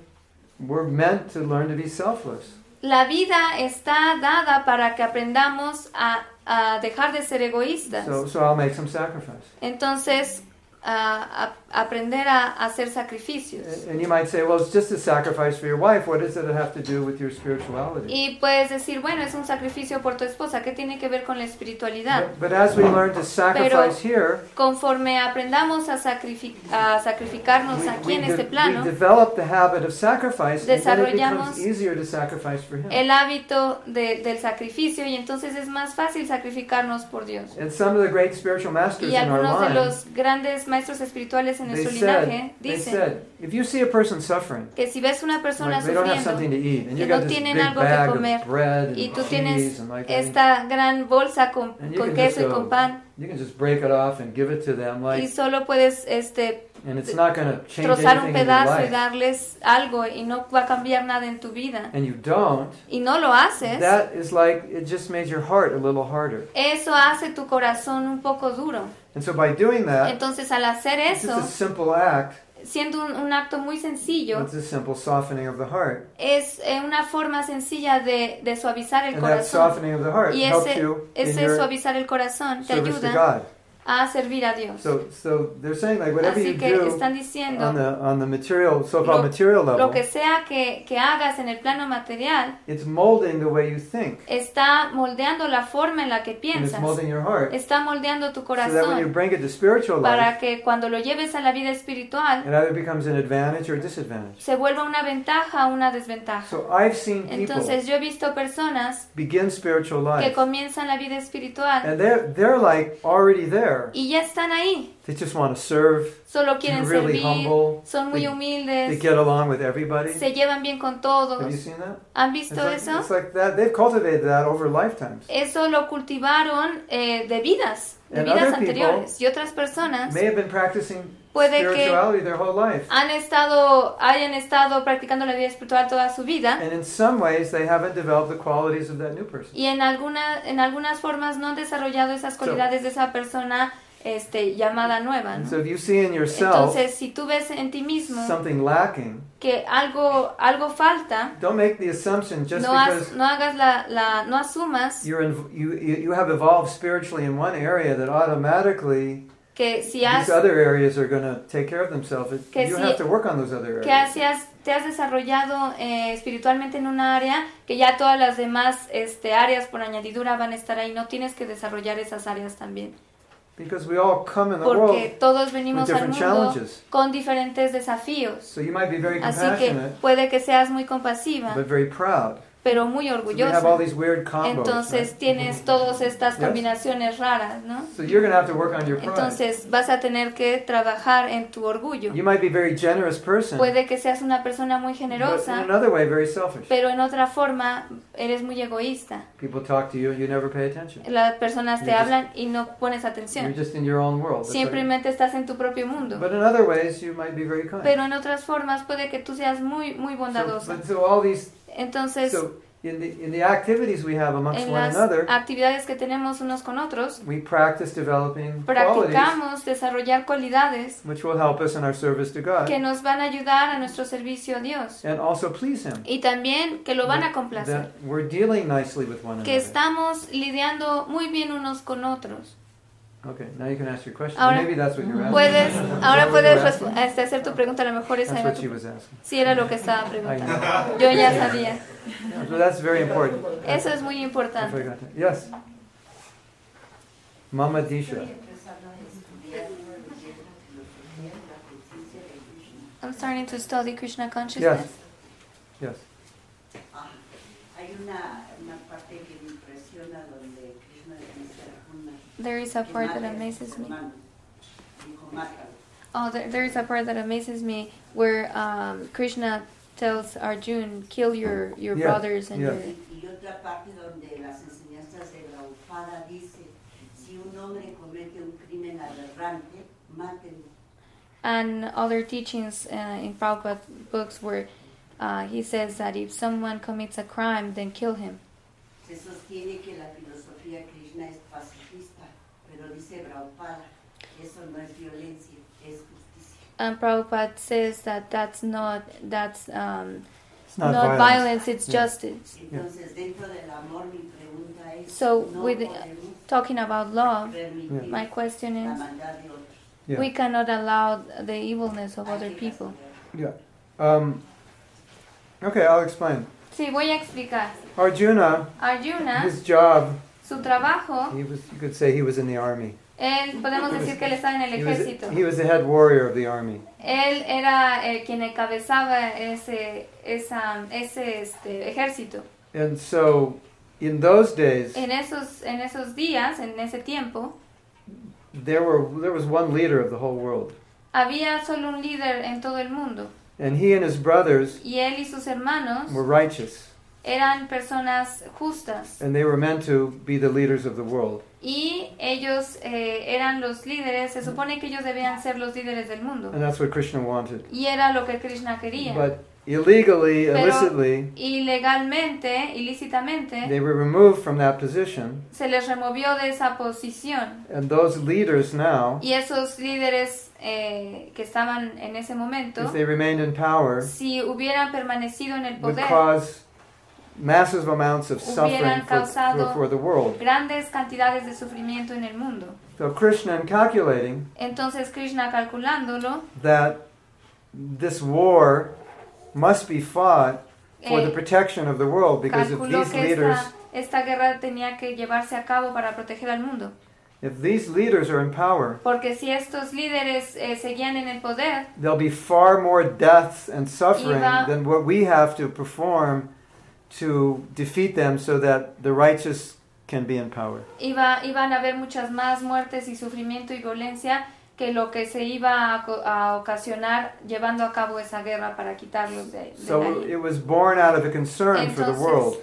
A: we're meant to learn to be selfless.
B: la vida está dada para que aprendamos a, a dejar de ser egoístas.
A: So, so I'll make some sacrifice.
B: Entonces, a- a- aprender a hacer sacrificios.
A: And and you might say, well, it's just a sacrifice for your wife. What does it have to do with your spirituality?
B: Y puedes decir, bueno, es un sacrificio por tu esposa. ¿Qué tiene que ver con la espiritualidad?
A: But, but as we learn to sacrifice here,
B: Conforme aprendamos a, sacrifi- a sacrificarnos
A: we,
B: aquí
A: we
B: en
A: de-
B: este
A: we
B: plano,
A: develop the habit of sacrifice, and then it becomes
B: Desarrollamos
A: easier to sacrifice for Him.
B: el hábito de- del sacrificio y entonces es más fácil sacrificarnos por Dios.
A: And some of the great spiritual masters
B: Y
A: in our
B: algunos de
A: line,
B: los grandes maestros espirituales en
A: they
B: nuestro
A: said,
B: linaje
A: they
B: dicen
A: said, if you see a person suffering,
B: que si ves una persona
A: like they don't have
B: sufriendo
A: something to eat, and
B: que
A: you
B: no
A: got this
B: tienen
A: big
B: algo que
A: bag
B: comer,
A: of bread and
B: y tú
A: cheese
B: tienes
A: and like that,
B: esta gran bolsa con,
A: And you
B: con
A: can
B: queso
A: just
B: y
A: go,
B: con pan
A: you can just break it off and give it to them,
B: y
A: like,
B: solo puedes este,
A: and it's not going to change
B: trozar un
A: anything in your
B: pedazo y
A: life.
B: darles algo y no va a cambiar nada en tu vida.
A: And you don't.
B: Y no lo haces.
A: That is like it just made your heart a little harder.
B: Eso hace tu corazón un poco duro.
A: And so by doing that,
B: Entonces al hacer
A: it's
B: eso,
A: just a simple act.
B: siendo un, un acto muy sencillo,
A: It's a simple softening of the heart,
B: es eh, una forma sencilla de, de suavizar el
A: and that
B: corazón.
A: softening of the heart
B: Y
A: helps
B: ese-
A: you in
B: Ese
A: your
B: suavizar el corazón te
A: service to
B: ayuda
A: God.
B: a servir a Dios.
A: So, so they're saying like whatever you
B: Así que
A: do um,
B: están
A: on
B: diciendo,
A: the on the material, so-called
B: Lo-
A: material
B: lo
A: level,
B: que sea que, que hagas en el plano material,
A: it's molding the way you think,
B: está moldeando la forma en la que
A: and it's
B: piensas.
A: molding your heart.
B: Está moldeando tu
A: So that when you
B: corazón
A: bring it to spiritual life,
B: para que cuando lo lleves a la vida espiritual,
A: it either becomes an advantage or a disadvantage.
B: se vuelva una ventaja o una desventaja.
A: So I've seen people
B: Entonces yo he visto personas
A: begin spiritual
B: que
A: life,
B: comienzan la vida espiritual
A: and they're they're like already there.
B: y ya están ahí.
A: They just want to serve.
B: Solo
A: They're
B: quieren
A: really
B: servir,
A: humble.
B: son muy
A: They- They
B: humildes,
A: get along with everybody.
B: se llevan bien con
A: Have you
B: todos.
A: seen that?
B: ¿Han
A: It's
B: visto
A: like,
B: eso?
A: it's like that. They've cultivated that over lifetimes.
B: Eso lo cultivaron eh, de vidas, de
A: And
B: vidas
A: other people
B: anteriores. Y otras personas
A: May have been practicing
B: Puede que-
A: spirituality their whole life.
B: han estado, hayan estado practicando la vida espiritual toda su vida
A: And in some ways, they haven't developed the qualities of that new person.
B: y en, alguna, en algunas formas no han desarrollado esas cualidades de esa persona este, llamada nueva.
A: And
B: ¿no?
A: so if you see in yourself
B: Entonces, si tú ves en ti mismo
A: something lacking,
B: que algo, algo falta,
A: don't make the assumption just
B: no, has-
A: because
B: no hagas la, la- no asumas
A: you're in, you, you you have evolved spiritually in one area that automatically
B: que si has,
A: these other areas are going to take care of themselves. It-
B: Que
A: you
B: si-
A: have to work on those other
B: que has-
A: areas.
B: si has- te has desarrollado eh, espiritualmente en una área, que ya todas las demás este, áreas por añadidura van a estar ahí, no tienes que desarrollar esas áreas también,
A: Because we all come in the
B: porque
A: world
B: todos
A: with
B: venimos al
A: different
B: mundo
A: challenges.
B: con diferentes desafíos.
A: So you might be very
B: Así que
A: compassionate,
B: puede que seas muy compasiva,
A: but very proud.
B: pero muy
A: So you have all
B: orgullosa.
A: these weird combos.
B: Entonces
A: right?
B: tienes todas estas
A: Yes.
B: combinaciones raras, ¿no?
A: So you're going to have to work on your pride.
B: Entonces vas a tener que trabajar en tu orgullo.
A: you might be a very generous person,
B: Puede que seas una persona muy
A: eh. but in
B: generosa,
A: another way, very selfish.
B: pero en otra forma eres muy egoísta.
A: People talk to you and you never pay attention.
B: Las personas te
A: You're just-
B: hablan y no pones
A: You're
B: atención.
A: just in your own world. That's right.
B: Simplemente estás en tu propio mundo.
A: But in other ways, you might be very kind.
B: Pero en otras formas puede que tú seas muy, muy
A: so,
B: bondadosa.
A: but so all these,
B: Entonces,
A: so in the in the activities we have amongst
B: en
A: one
B: las
A: another,
B: actividades que tenemos unos con otros,
A: we practice developing qualities
B: practicamos desarrollar cualidades
A: which will help us in our service to God
B: que nos van a ayudar a nuestro servicio a Dios
A: and also please Him.
B: y también que lo van a complacer,
A: That we're dealing nicely with one
B: que
A: another.
B: estamos lidiando muy bien unos con otros.
A: Okay, now you can ask your question.
B: Ahora-
A: Maybe that's what you're asking.
B: Puedes,
A: Is that
B: ahora
A: what you're
B: puedes
A: asking?
B: respo- este, hacer tu pregunta, a lo mejor esa
A: That's
B: era
A: what
B: tu-
A: she was asking.
B: sí era lo que estaba
A: I know.
B: preguntando. Yo ya sabía.
A: So that's very important.
B: Eso es muy
A: I
B: importante.
A: forgot that. Yes. Mama Disha.
B: I'm starting to study Krishna
A: Yes.
B: consciousness.
A: Yes.
F: Hay una, una parte que me impresiona donde Krishna le dice a Arjuna
B: There is a
F: que
B: part that
F: mate a
B: amazes
F: su
B: me.
F: hermano. Dijo, mátalo.
B: Oh, there, there is a part that amazes me where um, Krishna tells Arjun, "Kill your your
A: Yeah,
B: brothers and
A: yeah.
B: your."
F: Y, y otra parte donde las enseñanzas de la Ufada dice, si un hombre comete un crimen aberrante, mátenlo.
B: And other teachings uh, in Prabhupada books where uh, he says that if someone commits a crime, then kill him.
F: Se sostiene que la filosofía Krishna es pacifista, pero dice Braupada, eso no es violencia, es justicia.
B: And Prabhupada says that that's not that's um,
A: It's
B: not,
A: not,
B: violence.
A: violence.
B: it's
A: Yeah.
B: justice.
F: Entonces, dentro del amor, mi pregunta es,
B: So,
F: no
B: with-
F: podemos
B: Talking about love,
F: permitir
B: my question
F: la
B: is,
F: maldad de otros.
A: Yeah.
B: we cannot allow the evilness of other
F: Hay que
B: people.
F: castigar.
A: Um, okay, I'll explain.
B: Sí, voy a explicar.
A: Arjuna,
B: Arjuna,
A: his job,
B: su trabajo,
A: he was, you could say he was in the army.
B: él podemos decir que él estaba en el
A: He was,
B: ejército.
A: he was the head warrior of the army.
B: Él era eh, quien encabezaba ese, esa, ese este, ejército.
A: And so in those days,
B: En esos, en esos días, en ese tiempo,
A: there, were, there was one leader of the whole world.
B: había solo un líder en todo el mundo.
A: And he and his brothers
B: Y él y sus hermanos
A: were righteous.
B: eran personas justas
A: And they were meant to be the leaders of the world.
B: y ellos eh, eran los líderes, se supone que ellos debían ser los líderes del mundo.
A: And that's what Krishna wanted.
B: Y era lo que Krishna quería.
A: But illegally,
B: Pero-
A: illicitly,
B: Ilegalmente, ilícitamente,
A: they were removed from that position.
B: se les removió de esa posición.
A: And those leaders now,
B: Y esos líderes eh, que estaban en ese momento,
A: if they remained in power,
B: si hubieran permanecido en el
A: would
B: poder,
A: cause massive amounts of suffering
B: Hubieran
A: for,
B: causado-
A: for, for the world.
B: grandes cantidades de sufrimiento en el mundo.
A: So Krishna, in calculating
B: Entonces Krishna calculándolo,
A: that this war must be fought for
B: eh,
A: the protection of the world, because if
B: calculó
A: these
B: que
A: leaders,
B: esta, esta guerra tenía que llevarse a cabo para proteger al mundo.
A: if these leaders are in power,
B: Porque si estos líderes eh, seguían en el poder,
A: there'll be far more deaths and suffering
B: Iba-
A: than what we have to perform to defeat them, so that the righteous can be in power.
B: iba, iban a haber muchas más muertes y sufrimiento y violencia que lo que se iba a, co- a ocasionar llevando a cabo esa guerra para quitarlos de, de
A: So
B: ahí.
A: it was born out of a concern for the
B: Entonces,
A: world.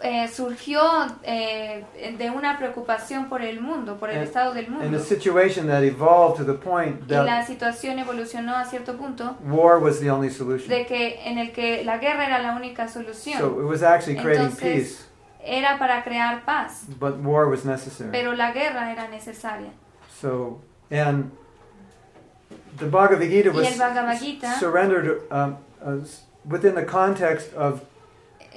B: Eh, surgió eh, de una preocupación por el mundo, por
A: Eh,
B: el
A: En-
B: estado del
A: in
B: mundo.
A: a situation that evolved to the point
B: uh-huh. Y
A: that
B: la situación evolucionó a cierto punto
A: war was the only solution.
B: de que en el que la guerra era la única solución.
A: So it was actually creating
B: Entonces,
A: peace,
B: era para crear paz,
A: but war was necessary.
B: pero la guerra era necesaria.
A: So, and the Bhagavad Gita
B: Y
A: was
B: el Bhagavad Gita
A: surrendered um, uh, s- within the context of,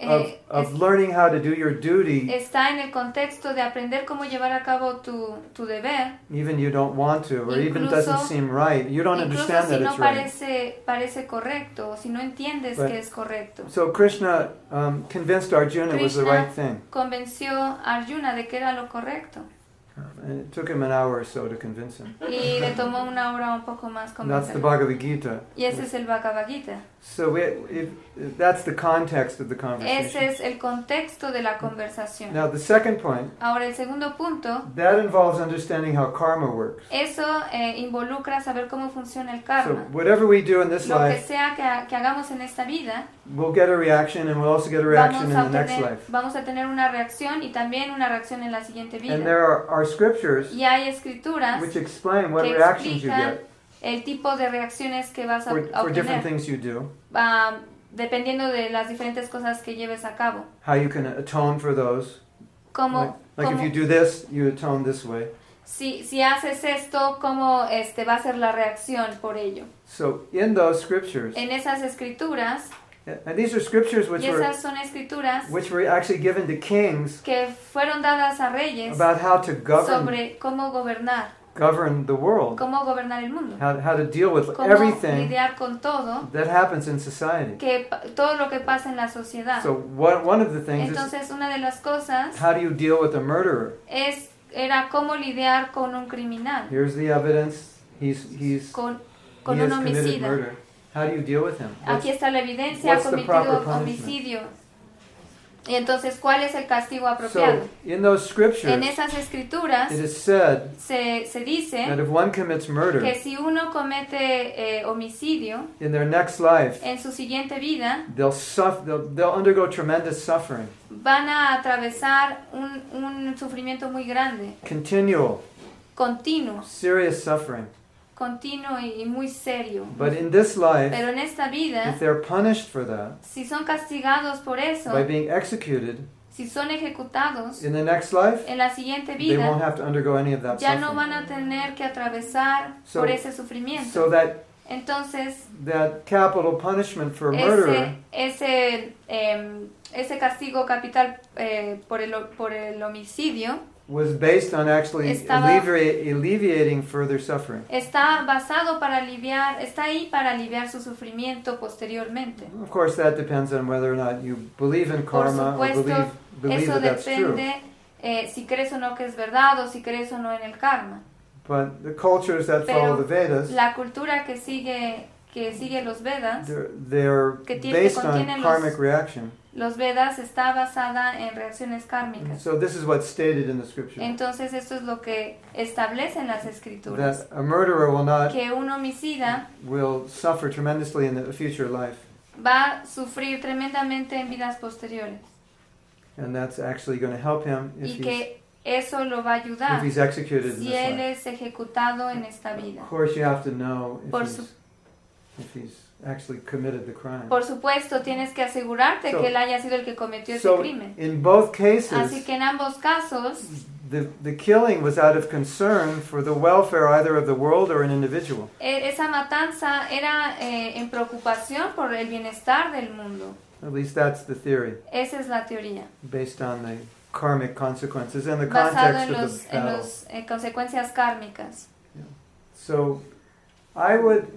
A: of,
B: eh,
A: of learning how to do your duty,
B: es- está en el contexto de aprender cómo llevar a cabo tu, tu deber,
A: even you don't want to, or even doesn't
B: Incluso-
A: seem right. You don't
B: incluso
A: understand
B: si
A: that
B: no
A: it's right.
B: parece, parece correcto o si no entiendes
A: Right.
B: que es correcto.
A: So Krishna um, convinced Arjuna it was the
B: Krishna-
A: right thing.
B: Convenció a Arjuna de que era lo correcto
A: Uh, And it took him an hour or so to convince him.
B: y le tomó una hora un poco más
A: And that's the
B: convencerlo.
A: Bhagavad Gita.
B: Y ese es el Bhagavad Gita.
A: So we, if, if that's the context of the
B: Ese
A: conversation.
B: es el contexto de la conversación.
A: Now the second point
B: Ahora, el segundo punto,
A: that involves understanding how karma works.
B: eso eh, involucra saber cómo funciona el
A: So
B: karma.
A: whatever we do in this
B: Lo que
A: life,
B: sea que, ha- que hagamos en esta vida,
A: we'll get a reaction, and we'll also get a reaction in
B: vamos
A: the
B: a,
A: next
B: tener,
A: life.
B: vamos a tener una reacción y también una reacción en la siguiente
A: And
B: vida.
A: there are, are scriptures
B: Y hay escrituras
A: which explain what
B: que
A: reactions you
B: explican
A: get
B: el tipo de reacciones que vas a
A: for,
B: a
A: for different
B: obtener,
A: things you do,
B: ah, dependiendo de las diferentes cosas que lleves a cabo.
A: how you can atone for those. Like,
B: Como,
A: like if
B: como-
A: you do this, you atone this way.
B: si, si haces esto, cómo este, va a ser la reacción por ello.
A: So in those scriptures,
B: En esas escrituras,
A: and these are scriptures which
B: y
A: were
B: esas son escrituras
A: which were actually given to kings
B: que fueron dadas a reyes
A: about how to govern
B: sobre cómo gobernar,
A: govern the world,
B: cómo gobernar el mundo,
A: how, how to deal with
B: cómo
A: everything
B: lidiar con todo,
A: that happens in society.
B: que pa- todo lo que pasa en la sociedad.
A: So one, one of the things is
B: Entonces, una de las cosas
A: how do you deal with a murderer?
B: es era cómo lidiar con un criminal,
A: Here's the evidence. He's he's
B: con,
A: he
B: con un
A: has committed
B: homicida.
A: murder. How do you deal with him? What's-
B: Aquí está la evidencia, ha
A: what's the proper
B: cometido
A: punishment?
B: homicidio. Y entonces, ¿cuál es el castigo apropiado?
A: so in those
B: En
A: scriptures,
B: esas escrituras
A: it is said
B: se, se
A: that
B: dice
A: if one commits
B: que
A: murder
B: si uno comete eh, homicidio
A: in their next life,
B: en su siguiente vida,
A: they'll suffer. They'll, they'll undergo tremendous suffering,
B: van a atravesar un, un sufrimiento muy grande,
A: continual,
B: continuo,
A: serious suffering.
B: continuo y muy serio.
A: But in this life,
B: Pero en esta
A: if
B: vida,
A: they're punished for that
B: si son castigados por eso,
A: by being executed
B: si son ejecutados
A: in the next life,
B: en la siguiente
A: they won't
B: vida,
A: have to undergo any of that
B: ya no
A: suffering.
B: van a tener que atravesar
A: So-
B: por ese sufrimiento.
A: So that
B: Entonces,
A: that capital punishment for a murderer
B: ese, ese, em, ese castigo capital eh, por, el, por el homicidio
A: was based on actually
B: Estaba-
A: alleviate, alleviating further suffering.
B: está basado para aliviar, está ahí para aliviar su sufrimiento posteriormente.
A: Of course, that depends on whether or not you believe in
B: Por
A: karma or
B: supuesto,
A: believe believe
B: Eso
A: that that's true.
B: depende eh, si crees o no que es verdad o si crees o no en el karma.
A: But the cultures that follow
B: Pero
A: the Vedas,
B: La cultura que sigue, que sigue los Vedas,
A: they're, they're
B: que tiene- que
A: based on
B: contienen los-
A: karmic reaction.
B: los Vedas está basada en reacciones kármicas.
A: So this is what's stated in the scripture
B: Entonces esto es lo que establecen las
A: that
B: escrituras,
A: a murderer will not
B: que un homicida
A: will suffer tremendously in the future life,
B: va a sufrir tremendamente en vidas posteriores
A: and that's actually going to help him if
B: y
A: he's
B: que eso lo va a ayudar
A: if he's executed in
B: si
A: this
B: él
A: life.
B: es ejecutado en esta vida.
A: Of course, you have to know if
B: Por
A: he's,
B: su-
A: if he's actually committed the crime.
B: Por supuesto, tienes que asegurarte
A: So-
B: que él haya sido el que cometió ese
A: So,
B: crimen.
A: in both
B: Así
A: cases,
B: que en ambos casos,
A: the, the killing was out of concern for the welfare either of the world or an individual.
B: e- esa matanza era eh, en preocupación por el bienestar del mundo.
A: At least that's the theory,
B: Esa es la teoría,
A: based on the karmic consequences and the
B: basado
A: context
B: en
A: of the
B: las en
A: battle.
B: los, eh, consecuencias kármicas.
A: So, I would,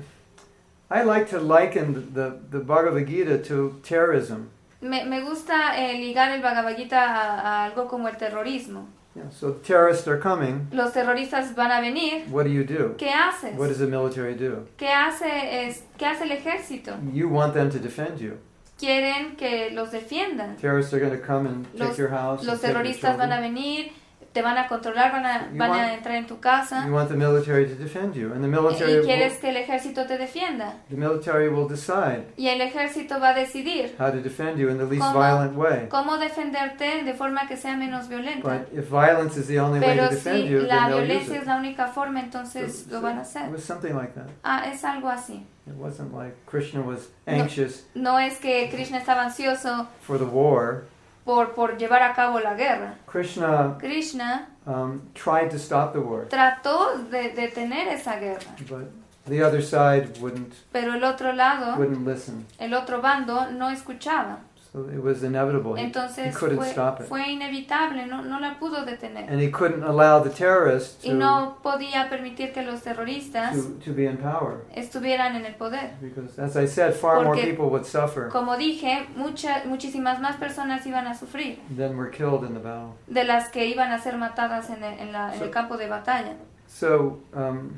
A: I like to liken the, the, Bhagavad Gita to terrorism.
B: Me, me gusta eh, ligar el Bhagavad Gita a, a algo como el terrorismo.
A: Yeah, so terrorists are coming.
B: Los terroristas van a venir.
A: What do you do?
B: ¿Qué haces?
A: What does the military do?
B: ¿Qué hace, es, ¿Qué hace el ejército?
A: You want them to defend you.
B: Quieren que los defiendan.
A: Terrorists are going to come and take
B: Los-
A: your house. and
B: Los
A: take your
B: terroristas van a
A: children.
B: venir, te van a controlar, van a,
A: You
B: van
A: want-
B: a entrar en tu casa Eh,
A: You want the military to defend you, and the military
B: y
A: will,
B: quieres que el ejército te defienda.
A: the military will decide
B: Y el ejército va a decidir
A: how to defend you in the least
B: Como-
A: violent way.
B: cómo defenderte de forma que sea menos violenta.
A: But if violence is the only way to
B: Pero
A: defend
B: si
A: you,
B: la
A: then they'll use
B: violencia
A: it.
B: es la única forma, entonces lo van a
A: It
B: hacer.
A: was something like that.
B: Ah, es algo así.
A: It wasn't like Krishna was
B: No.
A: anxious
B: No es que Krishna estaba ansioso
A: for the war.
B: por, por llevar a cabo la guerra.
A: Krishna
B: Krishna
A: um, tried to stop the war,
B: trató de detener esa guerra,
A: but the other side wouldn't
B: pero el otro lado,
A: wouldn't listen.
B: el otro bando, no escuchaba.
A: So it was inevitable, He- he
B: Entonces
A: couldn't
B: fue,
A: stop it,
B: fue inevitable, no, no la pudo detener.
A: and he couldn't allow the terrorists
B: Y
A: to,
B: no podía permitir que los terroristas
A: to to be in power.
B: estuvieran en el poder.
A: Because, as I said, far more
B: Porque-
A: people would suffer
B: Como dije, muchas, muchísimas más personas iban a sufrir
A: than were killed in the battle.
B: de las que iban a ser matadas en el, en la- en el campo de batalla.
A: So um,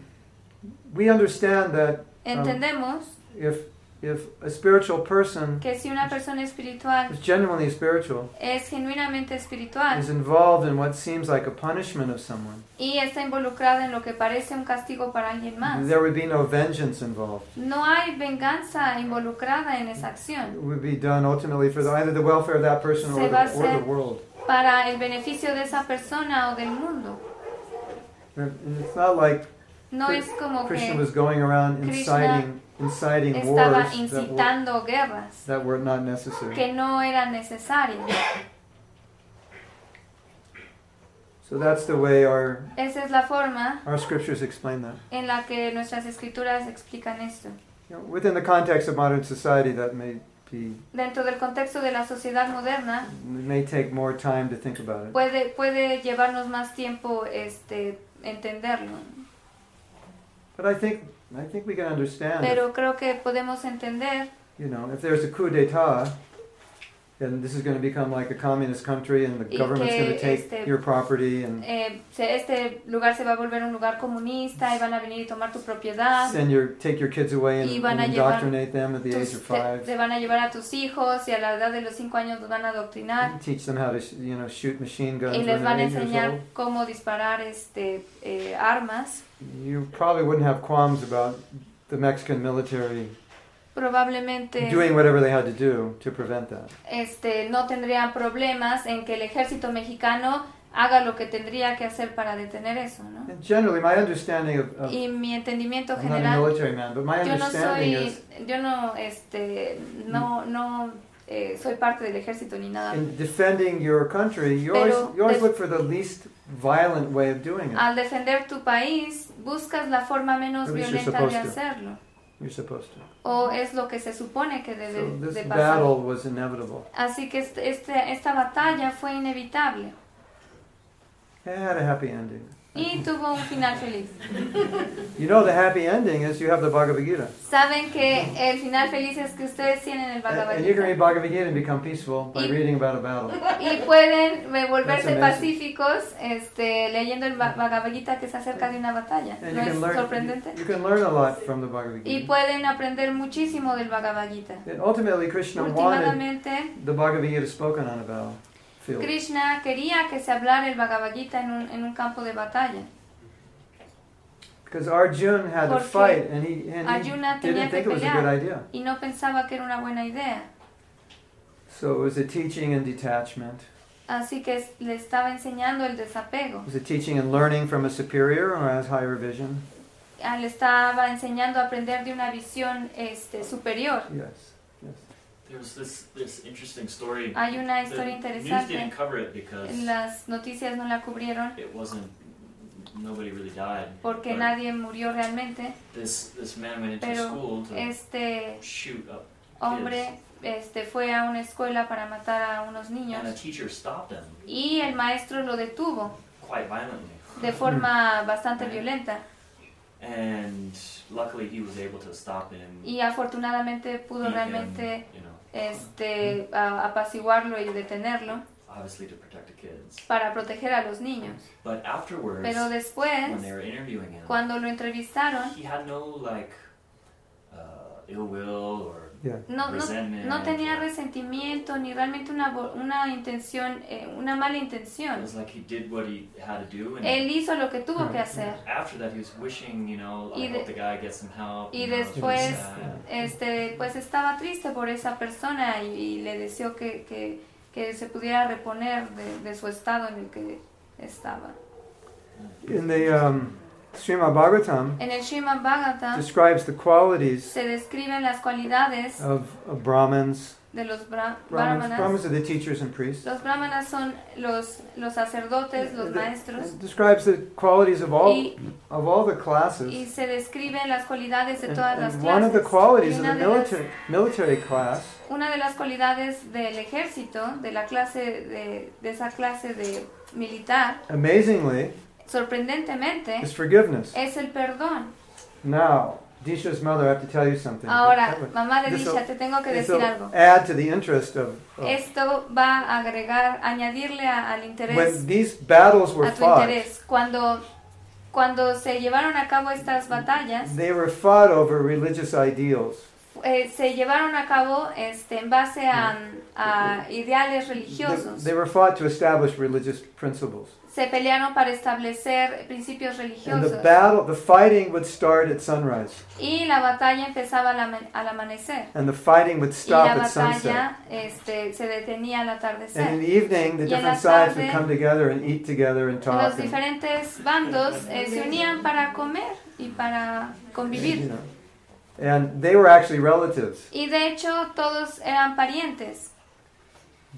A: we understand that
B: Entendemos
A: if if a spiritual person
B: que si una persona espiritual
A: is genuinely spiritual
B: es genuinamente espiritual
A: is involved in what seems like a punishment of someone,
B: y está involucrada en lo que parece un castigo para alguien más,
A: there would be no vengeance involved.
B: no hay venganza involucrada en esa acción
A: It would be done ultimately for the, either the welfare of that person or
B: Se va a
A: the, or the
B: hacer-
A: world.
B: para el beneficio de esa persona o del mundo.
A: And it's not like
B: No es como
A: Krishna
B: que
A: was going around
B: Krishna
A: inciting inciting
B: estaba
A: wars that were,
B: incitando guerras
A: that were not necessary.
B: que no eran necesarias.
A: So that's the way our
B: Esa es la forma
A: Our scriptures explain that.
B: en la que nuestras escrituras explican esto.
A: You know, within the context of modern society, that may be
B: Dentro del contexto de la sociedad moderna,
A: it may take more time to think about it.
B: puede, puede llevarnos más tiempo este, entenderlo.
A: But I think I think we can understand. If,
B: Pero creo que podemos entender
A: you know, if there's a coup d'état, and this is going to become like a communist country, and the
B: Y
A: government's
B: que
A: going to take
B: este-
A: your property and
B: eh, se- este lugar se va a volver un lugar comunista y van a venir y tomar tu propiedad,
A: send your take your kids away and,
B: Um, Y van
A: and
B: a llevar
A: indoctrinate them at the age of
B: tus- te,
A: five,
B: te van a llevar a tus hijos y a la edad de los cinco años los van a adoctrinar
A: and teach them how to sh- you know shoot machine guns
B: y
A: when
B: les
A: they're
B: van a
A: eight years
B: enseñar
A: old.
B: cómo disparar este, eh, armas.
A: You probably wouldn't have qualms about the Mexican military
B: Probablemente...
A: doing whatever they had to do to prevent that.
B: este, no tendrían problemas en que el ejército mexicano haga lo que tendría que hacer para detener eso, ¿no?
A: And generally, my understanding of, of
B: Y mi entendimiento
A: I'm not a
B: general,
A: military man, but my
B: yo no
A: understanding
B: soy,
A: is
B: yo no, este, no, no eh, soy parte del ejército ni nada.
A: in defending your country, you
B: Pero
A: always you always
B: def-
A: look for the least violent way of doing it.
B: Al defender tu país, buscas la forma menos
A: At least you're
B: violenta de
A: supposed to.
B: hacerlo,
A: You're supposed to.
B: o es lo que se supone que
A: So
B: debe
A: this
B: de pasar.
A: battle was inevitable.
B: Así que este, este- esta batalla fue inevitable
A: It had a happy ending.
B: y tuvo un final feliz.
A: You know, the happy ending is you have the Bhagavad Gita,
B: Saben que el final feliz es que ustedes tienen el
A: and,
B: Bhagavad
A: and you can
B: Gita.
A: read Bhagavad Gita and become peaceful by
B: Y-
A: reading about a battle.
B: y pueden eh, volverse
A: That's amazing.
B: pacíficos este, leyendo el Ba- Bhagavad Gita que es acerca de una batalla.
A: And
B: ¿No
A: you
B: es
A: can learn
B: sorprendente?
A: you, you can learn a lot from the Bhagavad
B: Y
A: Gita.
B: pueden aprender muchísimo del Bhagavad Gita.
A: And ultimately, Krishna wanted
B: Últimamente,
A: the Bhagavad Gita spoken on a battlefield.
B: Krishna quería que se hablara el Bhagavad Gita en un, en un campo de batalla.
A: Because Arjun had to
B: Porque
A: fight, and he, and he
B: Arjuna
A: didn't
B: tenía que
A: think it was a good
B: pelear
A: idea.
B: y no pensaba que era una buena idea.
A: So it was a teaching and detachment.
B: Así que es- le estaba enseñando el desapego.
A: Is it teaching and learning from a superior or has higher vision?
B: Ah, Le estaba enseñando a aprender de una visión este, superior.
A: Yes. Yes.
G: There was this this interesting story.
B: Hay una
G: The
B: historia
G: news didn't
B: interesante.
G: cover it because
B: Las noticias no la cubrieron
G: it wasn't. Nobody really died.
B: porque
G: But
B: nadie murió realmente.
G: This this man went into
B: Pero
G: school to
B: Este
G: shoot up,
B: hombre este, fue a una escuela para matar a unos
G: and a
B: niños
G: teacher stopped him
B: y el maestro lo detuvo
G: quite violently.
B: de forma bastante violenta
G: And luckily, he was able to stop him.
B: y afortunadamente pudo
G: beat him,
B: realmente
G: you know,
B: este, a- apaciguarlo y detenerlo
G: obviously to protect the kids.
B: para proteger a los niños.
G: But afterwards,
B: Pero
G: when they
B: después,
G: were interviewing him,
B: cuando lo entrevistaron,
G: he had no like uh, ill will or
A: Yeah.
B: no, no,
G: resentment.
B: no tenía
G: or-
B: resentimiento ni realmente una, bo- una intención, eh, una mala
G: It
B: intención.
G: was like he did what he had to do, and
B: Él hizo lo que tuvo que
A: Right.
B: hacer.
G: after that he was wishing, you know,
B: Y
G: I
B: de-
G: hope the guy gets some help.
B: y
G: you know,
B: después-
G: it's sad.
B: Este, pues estaba triste por esa persona y, y le deseó que, que, que se pudiera reponer de, de su estado en el que estaba.
A: In the um, Srimad Bhagavatam
B: En el Srimad Bhagavatam
A: describes the qualities
B: se describen las cualidades
A: of, of Brahmins.
B: de los bra-
A: Brahmins.
B: brahmanas.
A: Brahmins are the teachers and priests.
B: Los brahmanas son los, los sacerdotes, los
A: It-
B: maestros,
A: It describes the qualities of all
B: y,
A: of all the
B: y
A: classes.
B: se describen las cualidades de
A: And,
B: todas las
A: and one of the
B: clases.
A: qualities of
B: Y
A: the
B: una de las-
A: military military class
B: Una de las cualidades del ejército, de la clase de, de esa clase de militar,
A: amazingly
B: sorprendentemente,
A: is forgiveness.
B: es el perdón.
A: Now, Disha's mother, I have to tell you something.
B: Ahora,
A: That would-
B: mamá de
A: This
B: Disha, te tengo que
A: this oh.
B: decir
A: will
B: algo.
A: add to the interest of, of-
B: Esto va a agregar, añadirle a- al interés,
A: when these battles were
B: a tu
A: fought.
B: interés. Cuando, cuando se llevaron a cabo estas batallas,
A: They were fought over religious ideals.
B: eh, se llevaron a cabo este, en base a, a ideales religiosos.
A: They, they were fought to establish religious principles.
B: Se pelearon para establecer principios
A: And the
B: religiosos.
A: battle, the fighting would start at sunrise,
B: Y la batalla empezaba al, ama- al amanecer.
A: and the fighting would
B: Y la
A: stop at sunset.
B: batalla este, se detenía
A: And in
B: al atardecer.
A: the evening, the
B: Y en la
A: different sides would
B: tarde-
A: come together and eat together and
B: Los
A: talk. And,
B: diferentes bandos eh, se unían para comer y para
A: you
B: convivir.
A: know. And they were actually relatives.
B: Y de hecho todos eran parientes,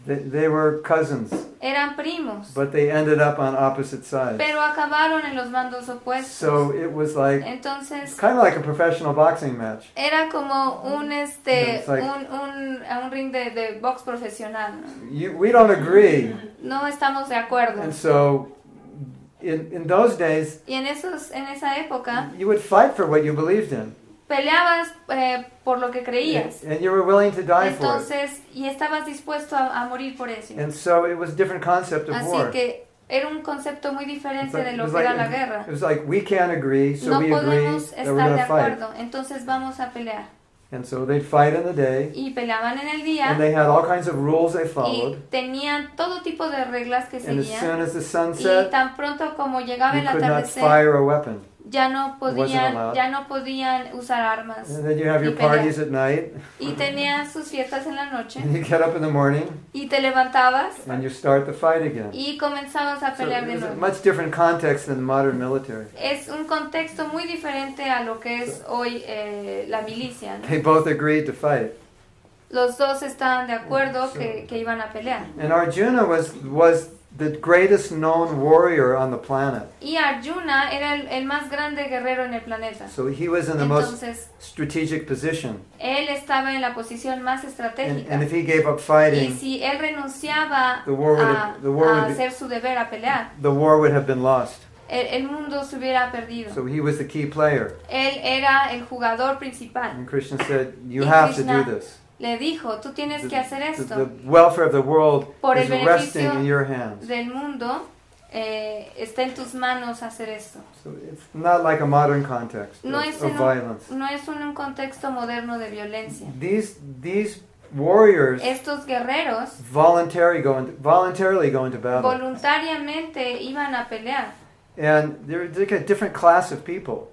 A: They, they were cousins,
B: eran primos,
A: but they ended up on opposite sides.
B: pero acabaron en los bandos
A: So
B: opuestos.
A: it was like
B: Entonces
A: kind of like a professional boxing match.
B: Era como un este
A: It's like-
B: un, un, un ring de, de box profesional. ¿no?
A: You, we don't agree,
B: No estamos de acuerdo.
A: and so in in those days,
B: Y en esos en esa época
A: you would fight for what you believed in,
B: peleabas eh, por lo que creías.
A: and you were willing to die for it.
B: Entonces, y estabas dispuesto a, a morir por eso.
A: And so it was a different concept of
B: Así
A: war.
B: que era un concepto muy diferente
A: It's like-
B: de lo
A: it's
B: que era
A: like-
B: la guerra.
A: It was like we can't agree, so
B: No
A: we agree
B: podemos
A: that we're
B: estar
A: going
B: de
A: to fight.
B: acuerdo, entonces vamos a pelear.
A: And so they'd fight in the day,
B: Y peleaban en el
A: and
B: día
A: they had all kinds of rules they
B: y
A: followed.
B: tenían todo tipo de reglas que
A: And as
B: seguían.
A: soon as the sun
B: Y
A: set,
B: tan pronto como llegaba
A: you
B: el
A: could not
B: atardecer,
A: fire a weapon.
B: ya no podían,
A: allowed.
B: ya no podían usar armas.
A: And then you have your
B: Y pelear.
A: parties at night,
B: Y tenían sus fiestas en la noche
A: and you get up in the morning,
B: y te levantabas
A: and you start the fight again.
B: y comenzabas a
A: So
B: pelear
A: it
B: de
A: was a
B: nuevo.
A: much different context than the modern military.
B: Es un contexto muy diferente a lo que es hoy eh, la milicia. ¿no?
A: They both agreed to fight.
B: Los dos estaban de acuerdo
A: Sí.
B: que, que iban a pelear.
A: And Arjuna was was the greatest known warrior on the planet.
B: Y Arjuna era el, el más grande guerrero en el planeta.
A: So he was in the most
B: Entonces,
A: strategic position.
B: él estaba en la posición más
A: And, and
B: estratégica.
A: if he gave up
B: Y
A: fighting,
B: si él renunciaba
A: the war would
B: a,
A: have, the war
B: a
A: would be,
B: hacer su deber a pelear.
A: the war would have been lost.
B: El, el mundo se hubiera perdido.
A: So he was the key player.
B: Él era el jugador principal.
A: And Krishna said, "You
B: Y
A: have to do
B: Krishna
A: this.
B: Le dijo, tú tienes
A: The-
B: que hacer
A: The, the
B: esto.
A: welfare of the world
B: Por el
A: is resting
B: beneficio
A: in your hands."
B: Del mundo eh, está en tus manos hacer esto.
A: So it's not like a modern context
B: No
A: of,
B: es
A: of
B: en un-
A: violence.
B: No es un, un contexto moderno de violencia.
A: These these warriors
B: Estos guerreros
A: voluntarily go into, voluntarily go into battle.
B: voluntariamente iban a pelear.
A: And they're like a different class of people.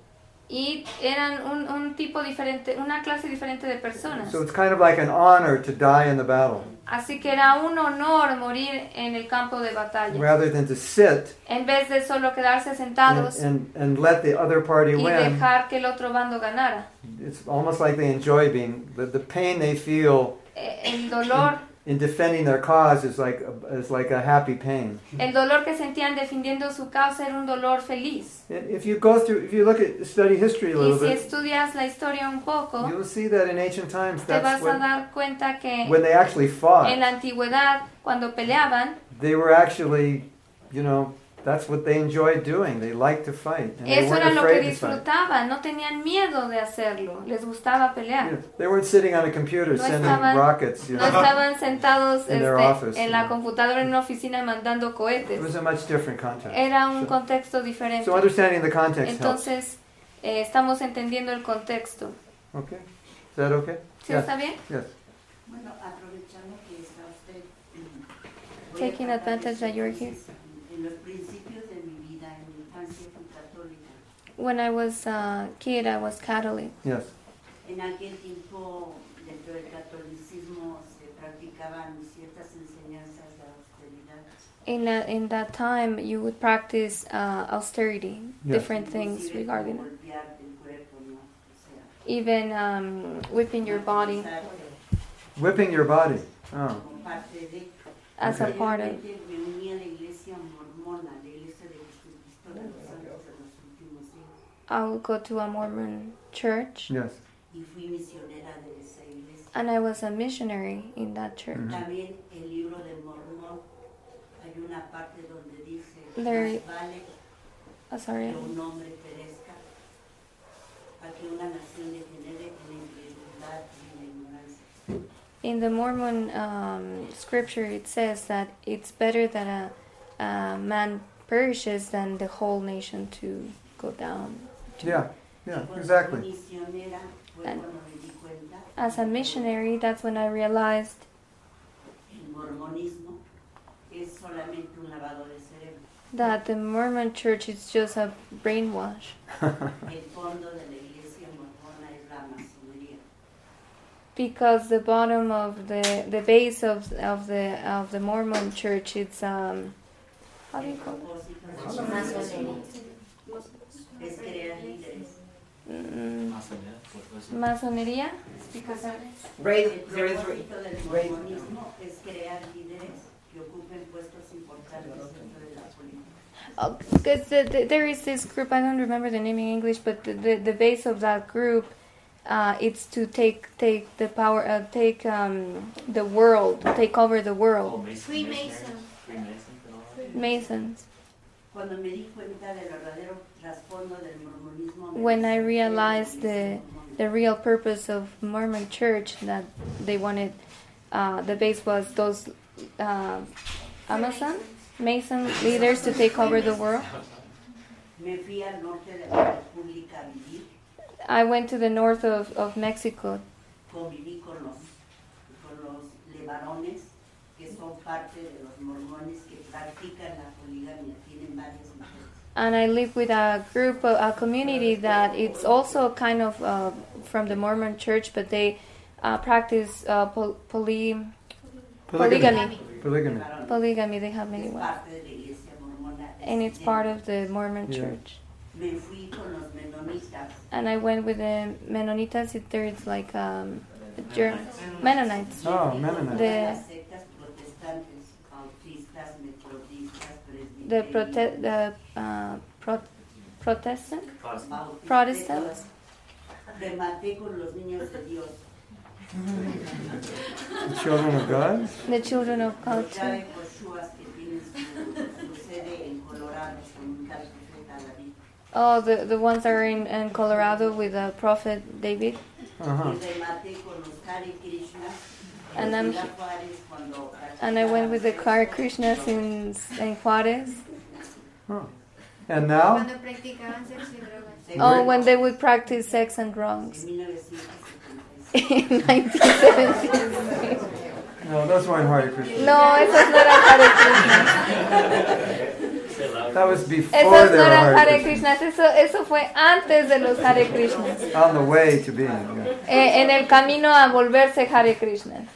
B: y eran un, un tipo diferente, una clase diferente de personas.
A: So it's kind of like an honor to die in the battle
B: Así que era un honor morir en el campo de batalla.
A: rather than to sit
B: En vez de solo quedarse
A: and,
B: sentados
A: and, and let the other party
B: y
A: win.
B: dejar que el otro bando ganara.
A: It's almost like they enjoy being, the, the pain they feel
B: Eh, El dolor,
A: in defending their cause is like, a- is like a happy pain.
B: el dolor que sentían defendiendo su causa era un dolor feliz.
A: And If you go through, if you look at, study history a
B: Y
A: little
B: si
A: bit,
B: estudias la historia un poco,
A: you'll see that in ancient times,
B: te
A: that's
B: vas a
A: when,
B: dar cuenta que
A: when they actually
B: en
A: fought.
B: la antigüedad, cuando peleaban,
A: They were actually, you know, that's what they enjoyed doing. They liked to fight. And they
B: eso era
A: weren't
B: lo que
A: afraid to fight.
B: disfrutaban, no tenían miedo de hacerlo, les gustaba
A: You
B: pelear.
A: know, they weren't sitting on a computer
B: No
A: sending
B: estaban-
A: rockets, you
B: No
A: know.
B: estaban sentados
A: In their
B: este,
A: office,
B: en
A: yeah.
B: la computadora en una oficina mandando
A: It was
B: cohetes.
A: a much different context.
B: Era un
A: So-
B: contexto diferente.
A: So understanding the context helps.
B: Entonces, eh, estamos entendiendo el contexto.
A: Okay? Is that okay?
B: ¿Sí
A: Yeah.
B: está bien?
A: Yes.
F: Bueno, aprovechando que está usted. mm, voy a
B: Taking
F: tratar de
B: advantage that you're here.
F: ser- En los principios de mi vida, en mi infancia fui católica.
B: When I was a kid, I was Catholic.
A: Yes.
F: En aquel tiempo, dentro del catolicismo, se practicaban ciertas enseñanzas de austeridad.
B: In that, in that time, you would practice uh, austerity,
A: Yes.
B: different things
F: Inclusive
B: regarding
F: como
B: it.
F: golpearte el cuerpo, ¿no? O sea,
B: Even um, whipping your body
F: utilizar-
A: Whipping your body. Oh.
F: como parte de.
B: as a part of.
F: Realmente me uní a la iglesia mormona, la iglesia de Jesucristo de los Santos de los últimos días.
B: I would go to a Mormon church,
A: Yes.
F: Y fui misionera de esa iglesia.
B: and I was a missionary in that church.
A: Mm-hmm.
F: También el libro de Mormón, hay una parte donde dice,
B: There-
F: "Más vale
B: Oh, sorry.
F: que un hombre perezca a que una nación degenere en la incredulidad y en la ignorancia.
B: In the Mormon um, scripture, it says that it's better that a, a man perishes than the whole nation to go down.
A: Yeah. Yeah,
F: Cuando fui
A: exactly.
F: misionera fue
B: And-
F: cuando me di cuenta
B: As a missionary, that's when I realized
F: el mormonismo es solamente un lavado de cerebro.
B: that the Mormon church is just a brainwash.
F: El fondo de la iglesia mormona es la masonería.
B: Because the bottom of the the base of of the of the Mormon church, it's um, how do you
F: El
B: call
F: propósito de
G: Masonería.
F: la masonería es crear líderes.
B: it? Mm,
G: Masonia, what was it?
B: masonería.
F: El
C: Raise, raise, raise.
F: propósito del
C: Raise.
F: mormonismo es crear líderes que ocupen puestos importantes dentro de la política.
B: Because Uh, the, the, there is this group, I don't remember the name in English, but the, the, the base of that group, uh, it's to take take the power, uh, take um, the world, take over the
G: Oh,
B: world.
G: Mason.
E: Freemason.
G: Freemasons and all that.
B: Masons.
F: Cuando me di cuenta del verdadero trasfondo del mormonismo, me
B: When I
F: desenfreno de la
B: realized
F: iglesia
B: the-
F: mormona.
B: The real purpose of Mormon Church that they wanted, uh, the base was those uh, Amazon Mason leaders to take over the world.
F: me fui al norte de la República a vivir,
B: I went to the north of, of Mexico.
F: conviví con los, con los levarones que son parte de los mormones que practican la poligamia, tienen varias mujeres.
B: and I live with a group, a, a community that it's also kind of uh, from the Mormon Church, but they uh, practice uh, pol- poly- polygamy.
A: Polygamy.
F: Levarones.
B: Polygamy, they have many
F: Es
B: wives,
F: parte de la iglesia mormona.
B: and it's part of the Mormon
A: Yeah.
B: Church.
F: Me fui con los menonitas,
B: And I went with the Mennonites. It, there is like um, a Ger- Mennonites.
A: Oh,
F: me fui con
A: Mennonite.
B: The-
F: todas las sectas protestantes, bautistas, metodistas,
B: The
F: presbiterianos,
B: prote- the uh, pro- Protestant
G: Protestant.
F: bautistas,
B: Protestants.
F: Rematé con los niños de Dios.
A: The children of God?
B: the Children of God.
F: Los
B: too.
F: Yahweh Joshuas que tienen su, su sede en Colorado con un tal profeta David.
B: Oh, the, the ones that are in, in Colorado with the prophet David.
A: Uh-huh.
F: Y rematé con los Hare Krishna. en
B: And I'm-
F: Ciudad Juárez cuando
B: And I went with the Hare
F: practicaban
B: Krishnas
F: sexo.
B: in, in Juarez.
A: Huh. And now?
E: Cuando practicaban sexo y drogas.
F: Se-
B: Oh, when they would practice sex and
F: En
B: drugs
F: 1976.
B: in 1970.
A: No, those weren't Hare Krishna.
B: No, esas no eran Hare Krishna.
G: Say it louder.
A: That was before
B: Eso no
A: there were
B: eran
A: Hare
B: Hare
A: Krishna.
B: Krishnas, eso, eso fue antes de los Hare Krishnas.
A: On the way to being. yeah.
B: Eh, en el camino a volverse Hare Krishnas.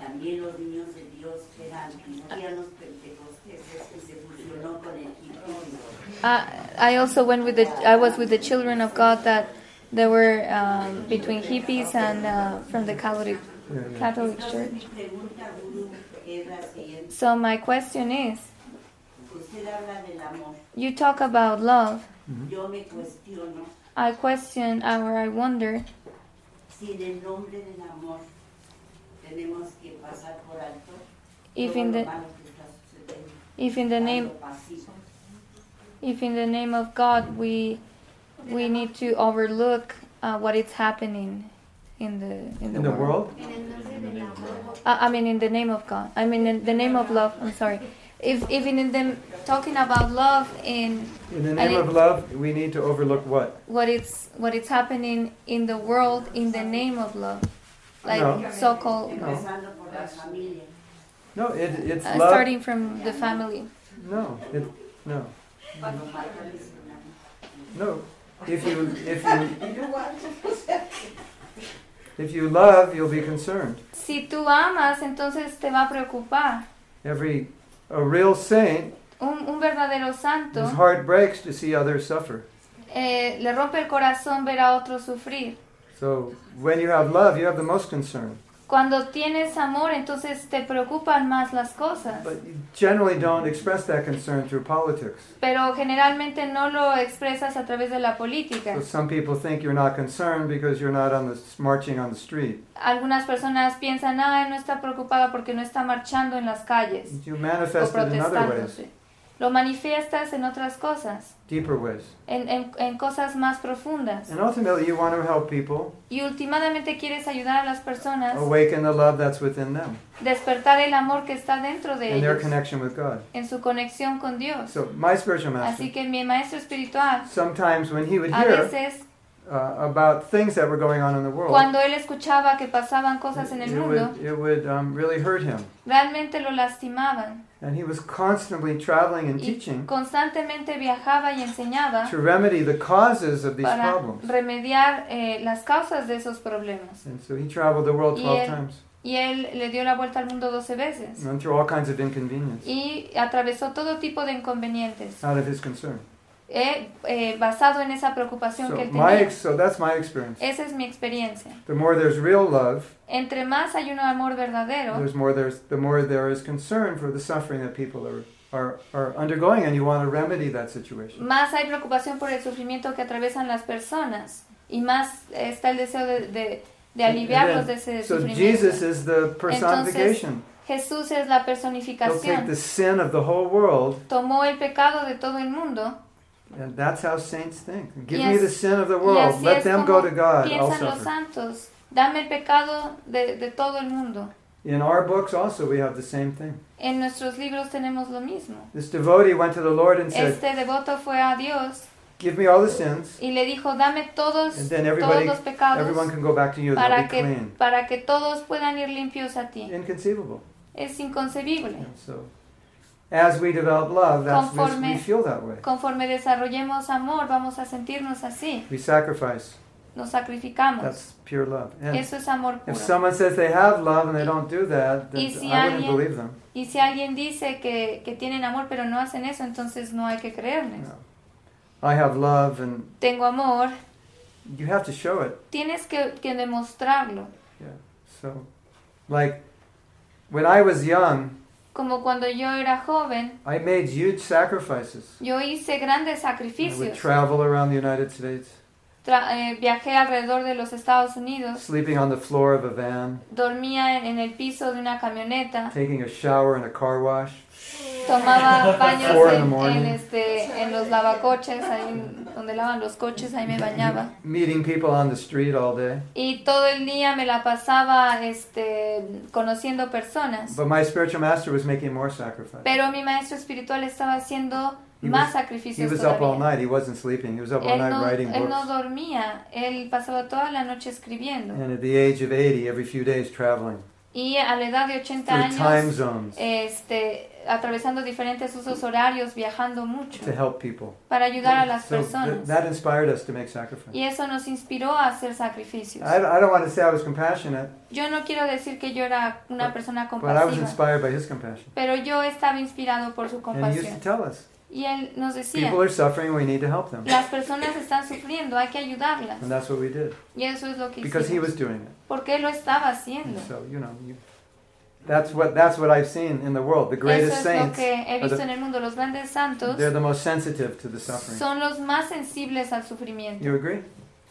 F: También los niños de Dios eran cristianos pentecosteses que se fusionó con el hindú.
B: I, Ah, I also went with the I was with the children of God that they were um, between hippies and uh, from the Catholic
A: Yeah, yeah.
B: Catholic
F: Entonces
B: Church.
F: mi pregunta, Guru, es la siguiente.
B: So my question is,
F: Usted habla del amor.
B: you talk about love.
F: Yo me cuestiono
B: I question or I wonder
F: si en el nombre del amor tenemos que pasar por alto
B: if
F: todo
B: in
F: lo
B: the
F: malo que está sucediendo.
B: if in the name
F: tanto pasivo
B: if in the name of God we we need to overlook uh, what is happening in the in the,
A: In the world?
G: In the name of God.
B: Uh, I mean, in the name of God. I mean, in the name of love. I'm sorry. If even in them talking about love in
A: In the
B: And
A: name
B: it-
A: of love, we need to overlook what?
B: what it's what it's happening in the world in the name of love, like
A: No.
B: so-called uh,
F: empezando por la familia.
A: No, it, it's love.
B: starting from the family.
A: No, it, no,
F: Cuando matan a tsunami.
A: no. If you if you if you love, you'll be concerned.
B: Si tú amas, entonces te va a preocupar.
A: Every a real saint,
B: Un, un verdadero santo
A: his heart breaks to see others suffer.
B: eh, le rompe el corazón ver a otro sufrir.
A: So when you have love, you have the most concern.
B: Cuando tienes amor, entonces te preocupan más las cosas.
A: But you generally don't express that concern through politics.
B: Pero generalmente no lo expresas a través de la política.
A: So some people think you're not concerned because you're not on the marching on the street.
B: Algunas personas piensan, ah, no está preocupada porque no está marchando en las calles
A: You
B: o
A: manifest it in other ways,
B: protestándose. Lo manifiestas en otras cosas,
A: deeper ways.
B: en, en- en cosas más profundas.
A: And ultimately, you want to help people
B: Y últimamente quieres ayudar a las personas
A: awaken the love that's within them
B: despertar el amor que está dentro de
A: and their
B: ellos,
A: connection with God.
B: en su conexión con Dios.
A: So, my spiritual master,
B: Así que mi maestro espiritual,
A: sometimes when he would
B: a
A: hear
B: veces,
A: uh, about things that were going on in the world,
B: cuando él escuchaba que pasaban cosas en
A: it
B: el mundo,
A: would, it would um, really hurt him.
B: realmente lo lastimaban.
A: And he was constantly traveling and
B: Y
A: teaching
B: constantemente viajaba y enseñaba
A: to remedy the causes of these
B: para
A: problems.
B: remediar eh, las causas de esos problemas.
A: And so he traveled the world
B: Y
A: 12
B: él-
A: times
B: Y él le dio la vuelta al mundo 12 veces
A: and through all kinds of inconvenience
B: y atravesó todo tipo de inconvenientes
A: out of his concern.
B: eh, eh, basado en esa preocupación
A: So,
B: que él
A: my
B: tenía.
A: ex- so that's my experience.
B: Esa es mi experiencia.
A: The more there's real love,
B: Entre más hay un amor verdadero,
A: there's more there's the more there is concern for the suffering that people are are, are undergoing and you want to remedy that situation
B: más hay preocupación por el sufrimiento que atraviesan las personas y más está el deseo de, de- de
A: And- and
B: aliviarlos
A: then-
B: de ese
A: so jesus
B: sufrimiento.
A: is the personification
B: Jesús es la
A: he'll take
B: personificación.
A: the sin of the whole world
B: Tomó el pecado de todo el mundo
A: and that's how saints think give
B: Y
A: me
B: as-
A: the sin of the
B: y
A: world
B: así
A: let
B: es
A: them
B: como
A: go to god i'll
B: piensan los
A: suffer
B: santos. Dame el pecado de, de todo el mundo.
A: in our books also we have the same thing
B: En nuestros libros tenemos lo mismo.
A: this devotee went to the lord and said
B: Este devoto fue a Dios
A: give me all the sins
B: y le dijo, dame todos,
A: and then
B: todos
A: everybody
B: los pecados
A: everyone can go back to you they'll
B: para
A: be
B: que,
A: clean
B: para que todos puedan ir limpios a ti.
A: inconceivable
B: Es inconcebible.
A: And so, as we develop love, that's we,
B: Conforme-
A: we feel that way.
B: Conforme desarrollemos amor, vamos a sentirnos así.
A: We sacrifice.
B: Nos sacrificamos.
A: That's pure love. And
B: Eso es amor
A: if
B: puro.
A: someone says they have love and they don't do that, then
B: Y si
A: I wouldn't
B: alguien-
A: believe them.
B: Y si alguien dice que, que tienen amor pero no hacen eso, entonces no hay que creerles.
A: No. I have love, and
B: Tengo amor,
A: you have to show it.
B: tienes que, que demostrarlo.
A: So, like, when I was young,
B: Como cuando yo era joven,
A: I made huge sacrifices.
B: yo hice grandes
A: I would
B: sacrificios.
A: travel around the United States,
B: Tra- eh, viajé alrededor de los Estados Unidos,
A: sleeping on the floor of a van,
B: dormía en, en el piso de una camioneta,
A: taking a shower in a car wash.
B: tomaba baños
A: Four in the
B: en,
A: morning.
B: en, este, en los lavacoches, ahí en- donde lavan los coches, ahí me bañaba.
A: Meeting people on the street all day.
B: Y todo el día me la pasaba este, conociendo personas.
A: But my spiritual master was making more sacrifices.
B: Pero mi maestro espiritual estaba haciendo
A: He was-
B: más
A: He
B: sacrificios
A: was up all
B: todavía.
A: night. He wasn't sleeping. He was up all
B: Él
A: night
B: no,
A: writing
B: él no
A: books.
B: dormía, él pasaba toda la noche escribiendo.
A: And at the age of 80, every few days traveling.
B: Y a la edad de 80
A: through time
B: años,
A: zones
B: este, atravesando diferentes usos horarios, viajando mucho
A: to help people.
B: para ayudar a las
A: So th-
B: personas.
A: that inspired us to make sacrifice.
B: Y eso nos inspiró a hacer sacrificios.
A: I, I don't want to say I was compassionate,
B: Yo no quiero decir que yo era una persona
A: but I was
B: compasiva,
A: inspired by his compassion.
B: pero yo estaba inspirado por su
A: And he used to
B: compasión.
A: tell us
B: Y él nos decía,
A: people are suffering, we need to help them.
B: las personas están sufriendo, hay que ayudarlas.
A: And that's what we did
B: Y eso es lo que
A: because he
B: hicimos.
A: was doing it.
B: Porque él lo estaba
A: And
B: haciendo.
A: so, you know, you, that's, what, that's what I've seen in the world. The
B: Eso
A: greatest
B: es lo
A: saints,
B: que he
A: are the-
B: visto en el mundo. Los grandes santos
A: they're the most sensitive to the suffering.
B: son los más sensibles al sufrimiento.
A: You agree?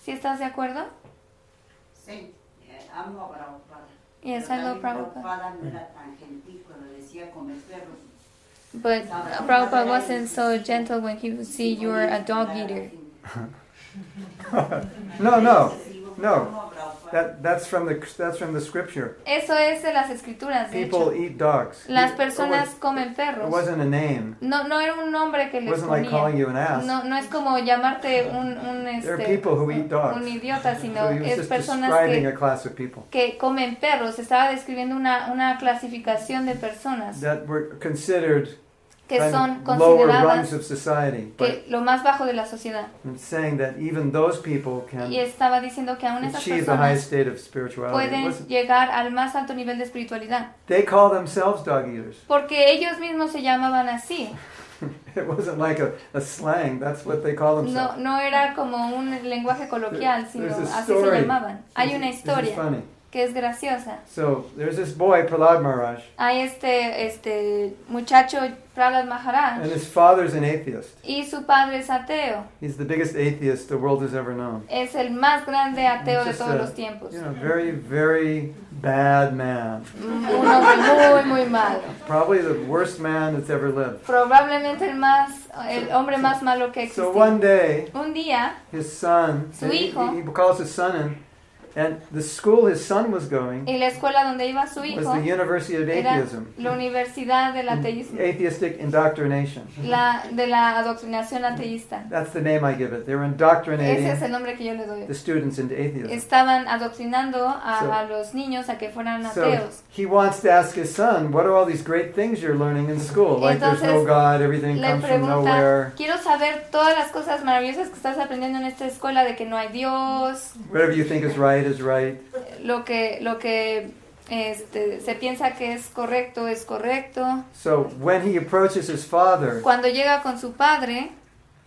B: ¿Sí estás de acuerdo?
F: Sí, eh, amo a Prabhupada.
B: Yes, I
F: Pero
B: love
F: también
B: Prabhupada.
F: Prabhupada no era tan gentil cuando decía comer perros.
B: But Prabhupada wasn't so gentle when he would see you are a dog eater.
A: No, no. no.
F: Amo a Prabhupada.
A: That, that's, from the, that's from the scripture.
B: Eso es de las escrituras, de
A: People
B: hecho.
A: eat dogs.
B: Las
A: It
B: personas
A: was-
B: comen
A: It
B: perros.
A: wasn't a name.
B: No, no era un nombre que
A: It
B: les
A: wasn't like
B: ponía.
A: calling you an ass.
B: No, no es como llamarte un, un,
A: There are
B: este,
A: people who eat
B: un
A: dogs.
B: idiota, sino
A: So he was
B: es
A: just
B: personas
A: describing
B: que,
A: a class of people
B: que comen perros. Estaba describiendo una, una clasificación de personas
A: that were considered
B: que
A: kind
B: son
A: of lower rungs
B: consideradas
A: of society. But
B: que lo más bajo de la sociedad.
A: I'm saying that even those people
B: Y
A: can
B: estaba diciendo que aún esas
A: achieve the highest
B: personas
A: state of spirituality. It
B: pueden
A: wasn't-
B: llegar al más alto nivel de espiritualidad.
A: They call themselves dog eaters.
B: Porque ellos mismos se llamaban así.
A: It wasn't like a, a slang. That's what they call
B: No,
A: themselves.
B: no era como un lenguaje coloquial, sino
A: There's a
B: así se
A: eh, story.
B: llamaban. Hay
A: This-
B: una
A: This is
B: historia
A: funny.
B: que es graciosa.
A: So there's this boy, Prahlad Maharaj,
B: Hay este, este muchacho Prahlad
A: and
B: Maharaj
A: his father's an atheist.
B: y su padre es ateo.
A: He's the biggest atheist the world has ever known.
B: Es el más grande ateo de
A: Just
B: todos
A: a-
B: los tiempos.
A: You know, very, very bad man.
B: Un hombre muy, muy malo.
A: Probably the worst man that's ever lived.
B: Probablemente el, más, el hombre más malo que
A: So
B: existió.
A: one day,
B: Un día
A: his son,
B: Su
A: he,
B: hijo.
A: he calls his son in, and the school his son was going
B: en la escuela donde iba su
A: was
B: hijo
A: the University of
B: era
A: Atheism,
B: la universidad del ateísmo,
A: atheistic indoctrination.
B: la, de la adoctrinación ateísta.
A: That's the name I give it. They were
B: Ese es
A: indoctrinating
B: el nombre que yo le doy.
A: the students into atheism.
B: Estaban adoctrinando a,
A: So-
B: a los niños a que fueran
A: So
B: ateos.
A: he wants to ask his son, what are all these great things you're learning in school? Like there's no
B: Entonces,
A: God, everything
B: Le
A: comes from
B: pregunta,
A: nowhere,
B: quiero saber todas las cosas maravillosas que estás aprendiendo en esta escuela de que no hay Dios,
A: whatever you think is right is right.
B: lo que, lo que este, se piensa que es correcto es correcto.
A: So when he approaches his father,
B: Cuando llega con su padre,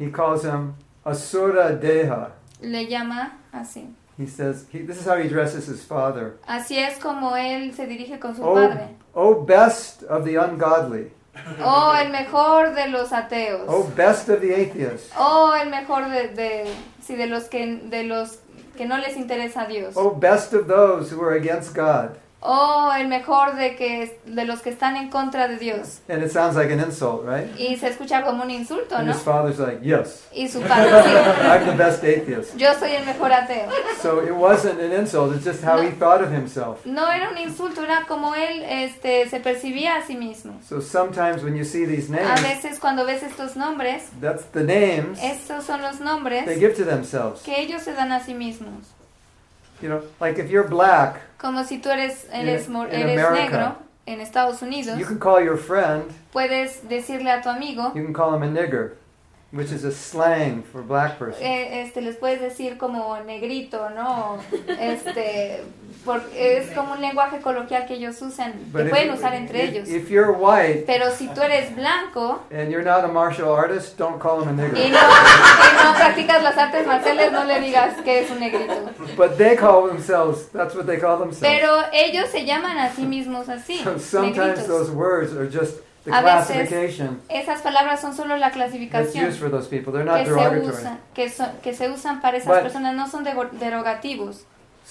A: he calls him Asura Deha.
B: le llama así.
A: He says, he, this is how he addresses his father.
B: Así es como él se dirige con su
A: Oh,
B: padre.
A: oh best of the ungodly.
B: Oh, el mejor de los ateos.
A: Oh best of the atheists.
B: Oh, el mejor de, de sí, de los que de los que no les interesa a Dios.
A: Oh best of those who are against God.
B: Oh, el mejor de que de los que están en contra de Dios.
A: And it sounds like an insult, right?
B: Y se escucha como un insulto,
A: And
B: Oh, ¿no?
A: his father's like, yes,
B: Y su padre
A: I'm the best atheist.
B: sí. Yo soy el mejor ateo.
A: So it wasn't an insult, it's just how he thought of himself.
B: No era un insulto, era como él este, se percibía a sí mismo.
A: So sometimes when you see these
B: A
A: names,
B: veces cuando ves estos nombres,
A: that's the names
B: estos son los
A: they
B: nombres
A: give to themselves.
B: que ellos se dan a sí mismos.
A: You know, like if you're black,
B: Como si tú eres eres, mor-
A: In- in
B: eres
A: America.
B: negro en Estados Unidos,
A: you can call your friend
B: puedes decirle a tu amigo
A: You can call him a nigger, which is a slang for a black person.
B: Eh, este, les puedes decir como negrito, ¿no? Este, porque es como un lenguaje coloquial que ellos usan, que
A: if-
B: pueden usar entre
A: if-
B: ellos.
A: If you're white
B: Pero si tú eres blanco
A: and you're not a martial artist, don't call him a
B: y no, y
A: nigger.
B: no practicas las artes marciales, no le digas que es un negrito.
A: But they call themselves, that's what they call themselves.
B: Pero ellos se llaman a sí mismos así,
A: So sometimes
B: negritos.
A: those words are just the
B: A veces-
A: classification
B: Esas palabras son solo la
A: that's used
B: clasificación
A: for those people. They're
B: que
A: not
B: se
A: derogatory.
B: usan, que, son- que se usan para esas
A: But-
B: personas, no son devo- derogativos.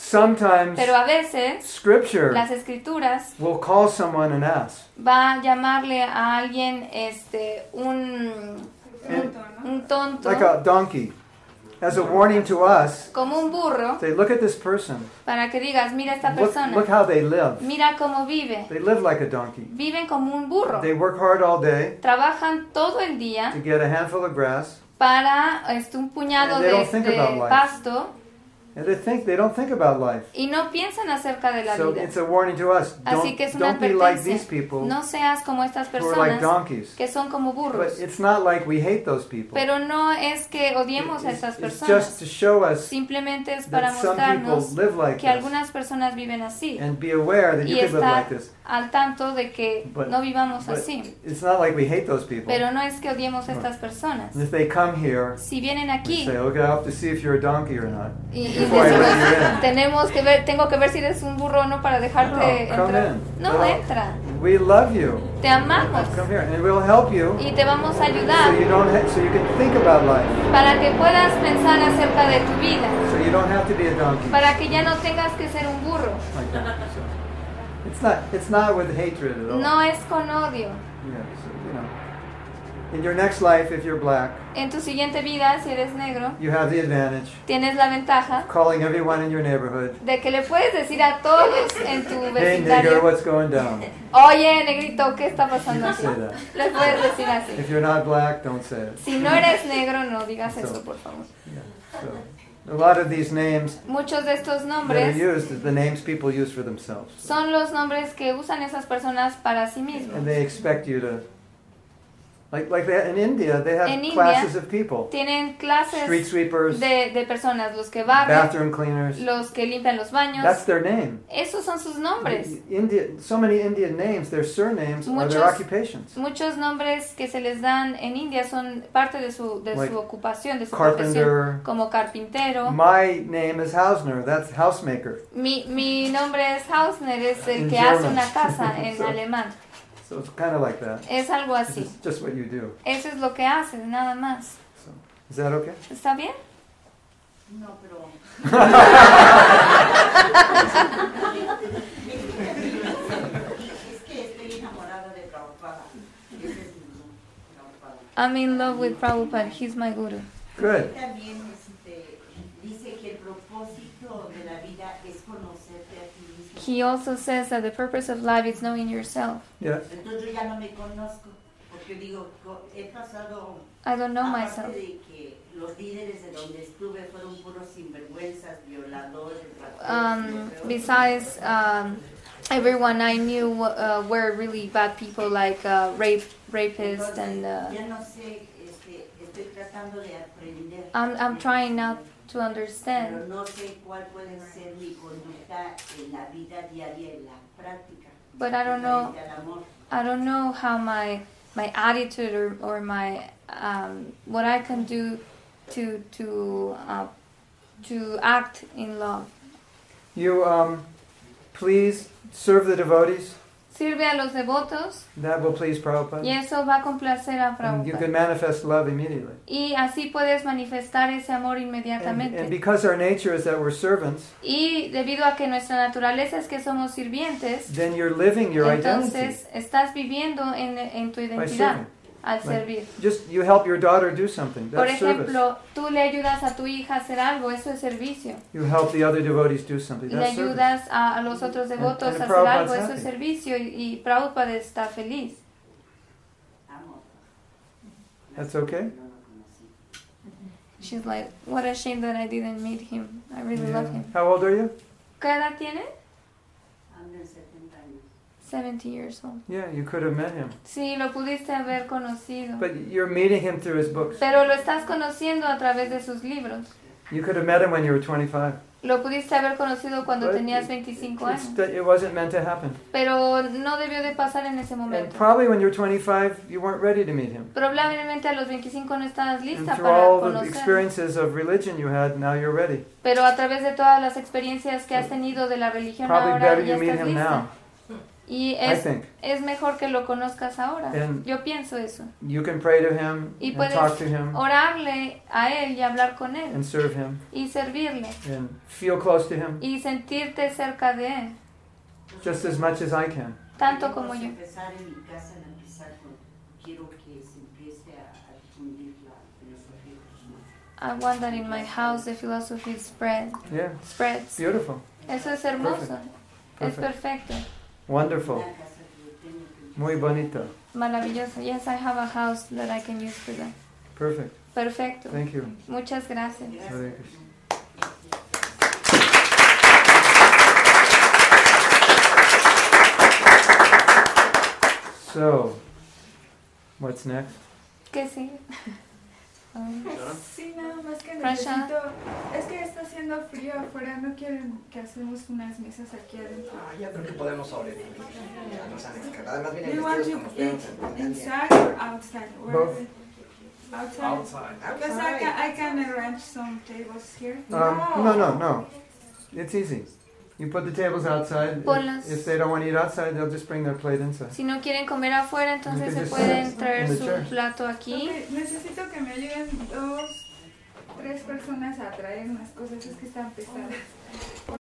A: Sometimes
B: Pero a veces
A: scripture
B: las escrituras
A: will call someone an ass.
B: va a llamarle a alguien este un,
A: And-
B: un tonto
A: Like a donkey. As a warning to us,
B: como un burro
A: say, look at this person.
B: para que digas mira esta
A: Look,
B: persona
A: look how they live.
B: mira cómo vive
A: They live like a donkey.
B: viven como un burro
A: They work hard all day
B: trabajan todo el día
A: to get a handful of grass,
B: para este, un puñado
A: And they
B: de,
A: don't think
B: de
A: about life.
B: pasto
A: And they think they don't think about life.
B: y no piensan acerca de la
A: So
B: vida.
A: it's a warning to us.
B: Así que es
A: Don't,
B: una
A: don't be like these
B: advertencia.
A: people
B: No seas como estas
A: who are like
B: personas
A: donkeys.
B: que son como burros.
A: But it's not like we hate those people.
B: Pero no es que odiemos a
A: It's,
B: estas
A: it's just
B: personas.
A: to show us
B: Simplemente es para
A: that some people
B: mostrarnos
A: live like
B: que
A: this.
B: algunas personas viven así,
A: And be aware that you
B: Y
A: can live
B: estar
A: like this.
B: al tanto de que
A: But-
B: no vivamos
A: but-
B: así.
A: It's not like we hate those people.
B: Pero no es que odiemos a estas personas.
A: And if they come here,
B: Si vienen
A: we
B: aquí
A: say, okay, I'll have to see if you're a donkey or not.
B: y, y
A: Before I let
B: decimos,
A: you in.
B: tenemos que ver, tengo que ver si eres un burro o no para dejarte
A: No, come
B: entrar.
A: in.
B: No,
A: No.
B: entra.
A: We love you.
B: Te amamos
A: Come here, and we'll help you
B: y te vamos
A: so
B: a ayudar
A: you don't ha- so you can think about life.
B: para que puedas pensar acerca de tu vida,
A: So you don't have to be a donkey.
B: para que ya no tengas que ser un burro.
A: Like that. So it's not it's not with hatred at all.
B: No es con odio.
A: Yeah, so, you know. In your next life, if you're black,
B: En tu siguiente vida, si eres negro,
A: you have the advantage
B: tienes la ventaja
A: of calling everyone in your neighborhood,
B: de que le puedes decir a todos en tu
A: hey nigger,
B: vecindario,
A: what's going down?
B: oye negrito, ¿qué está pasando aquí?
A: Say that.
B: Le puedes decir así.
A: If you're not black, don't say it.
B: Si no eres negro, no digas
A: So-
B: eso, por favor.
A: So a lot of these names
B: Muchos de estos
A: that are
B: nombres
A: used is the names people use for themselves.
B: son los nombres que usan esas personas para sí mismos.
A: And they expect you to like like they, in India they have
B: En India,
A: classes of people.
B: Tienen
A: Street
B: clases
A: sweepers,
B: de, de personas, los que barren,
A: bathroom cleaners.
B: los que limpian los baños.
A: That's their name.
B: Esos son sus nombres.
A: India, so many Indian names, their surnames are
B: Muchos-
A: their occupations.
B: Muchos nombres que se les dan en India son parte de su, de
A: Like
B: su ocupación, de su profesión,
A: Carpenter.
B: como carpintero.
A: My name is Hausner. That's housemaker.
B: Mi, mi nombre es Hausner, es el
A: In
B: que
A: German.
B: hace una casa en
A: So-
B: alemán.
A: So it's kind of like that.
B: Es algo
A: It's
B: así.
A: just, just what you do.
B: Eso es lo que haces, nada más.
A: So is that okay?
B: ¿Está bien?
F: No, pero
C: Es que estoy enamorada de Prabhupada.
F: ese es mi hijo, Prabhupada.
B: I'm in love with Prabhupada, he's my guru.
A: Good.
F: Y También este, dice que el propósito de la vida es conocerte a ti mismo.
B: He also says that the purpose of life is knowing yourself.
A: Yeah.
F: Entonces yo ya no me conozco, porque digo, co- he pasado,
B: I don't know
F: aparte
B: myself.
F: de que los líderes de donde estuve fueron puros sinvergüenzas, violadores, rateros,
B: Um,
F: y lo peor.
B: besides, um, everyone I knew uh, were really bad people, like uh, rape, rapists,
F: Entonces,
B: and uh,
F: ya no sé, este, estoy tratando de aprender.
B: I'm, I'm trying now to understand.
F: Pero no sé cuál puede ser mi conducta en la vida diaria, en la práctica.
B: But I don't know
F: frente al amor.
B: I don't know how my my attitude or, or my um, what I can do to to uh, to act in love.
A: You um, please serve the devotees.
B: Sirve a los devotos
A: That will please Prabhupada.
B: y eso va a complacer a
A: And you
B: Prabhupada.
A: can manifest love immediately.
B: Y así puedes manifestar ese amor
A: And, and
B: inmediatamente.
A: because our nature is that we're servants,
B: Y debido a que nuestra naturaleza es que somos sirvientes,
A: then you're living your identity
B: entonces estás viviendo en, en tu
A: by
B: identidad
A: serving.
B: al
A: Right.
B: servir.
A: Just you help your daughter do something.
B: Por
A: That's service.
B: ejemplo, tú le ayudas a tu hija a hacer algo, eso es servicio.
A: You help the other devotees do something.
B: le
A: That's service.
B: ayudas a, a los otros devotos
A: and
B: a hacer
A: Prabhupada's
B: algo, eso
A: happy.
B: es servicio y, y Prabhupada está feliz.
F: Amor.
A: That's okay?
F: No lo conocí.
B: She's like, what a shame that I didn't meet him. I really
A: Yeah.
B: love him.
A: How old are you?
B: ¿Qué edad tiene?
F: Ando en 70 años.
B: 70 years old.
A: Yeah, you could have met him.
B: Sí, lo pudiste haber conocido.
A: But you're meeting him through his books.
B: Pero lo estás conociendo a través de sus libros.
A: You could have met him when you were 25.
B: Lo pudiste haber conocido cuando
A: But
B: tenías
A: It's
B: 25 años.
A: that it wasn't meant to happen.
B: Pero no debió de pasar en ese
A: And
B: momento.
A: probably when you were 25, you weren't ready to meet him.
B: Probablemente a los 25 no estabas
A: And
B: lista
A: through
B: para
A: all the
B: conocer.
A: experiences of religion you had, now you're ready.
B: Pero a través de todas las experiencias que has tenido de la religión
A: Mm. Probably
B: ahora
A: better
B: ya
A: you meet
B: estás
A: him
B: lista.
A: now,
B: Y
A: I
B: es,
A: think.
B: es mejor que lo conozcas ahora.
A: And-
B: Yo pienso eso.
A: You can pray to him
B: Y
A: and
B: puedes
A: talk to him
B: Orarle a él y hablar con él
A: and serve him
B: y servirle
A: and feel close to him
B: y sentirte cerca de él,
A: just as much as I can.
B: tanto
F: Queremos
B: como yo.
F: empezar en mi casa, en empezar con, quiero que se empiece a, a difundir la filosofía de Krishna.
B: I want that in my house the philosophy is spread,
A: Yeah,
B: spreads.
A: beautiful,
B: Eso es hermoso, es
A: perfect,
B: perfecto,
A: wonderful,
F: Una casa que yo tengo que empezar.
A: muy bonito,
B: maravilloso. Yes, I have a house that I can use for that.
A: perfect.
B: Perfecto.
A: Thank you.
B: Muchas gracias.
A: Hare Krishna. So, what's next?
B: ¿Qué sigue? Um,
H: Sí, nada más que
B: Prasha.
H: necesito. Es que está haciendo frío afuera, no quieren que hacemos unas mesas aquí adentro.
I: Ah, ya creo que podemos sobrevivir. Ya nos han escapado. Además
H: Do you
I: vienen
H: want
I: vestidos
H: to
I: como
H: eat
I: ustedes. entonces,
H: inside or outside? Where
A: Both.
H: is it? Outside?
I: Outside.
H: Because I can, Pues I can arrange some tables here.
A: Um, no, no, no. It's easy. You put the tables outside. If-
B: Ponlas.
A: If they don't want to eat outside, they'll just bring their plate inside.
B: Si no quieren comer afuera, entonces se
A: Entonces,
B: pueden
A: sí,
B: traer
A: en el
B: su
A: chair.
B: plato aquí.
H: Ok, necesito que me ayuden dos, tres personas a traer unas cosas, es que están pesadas.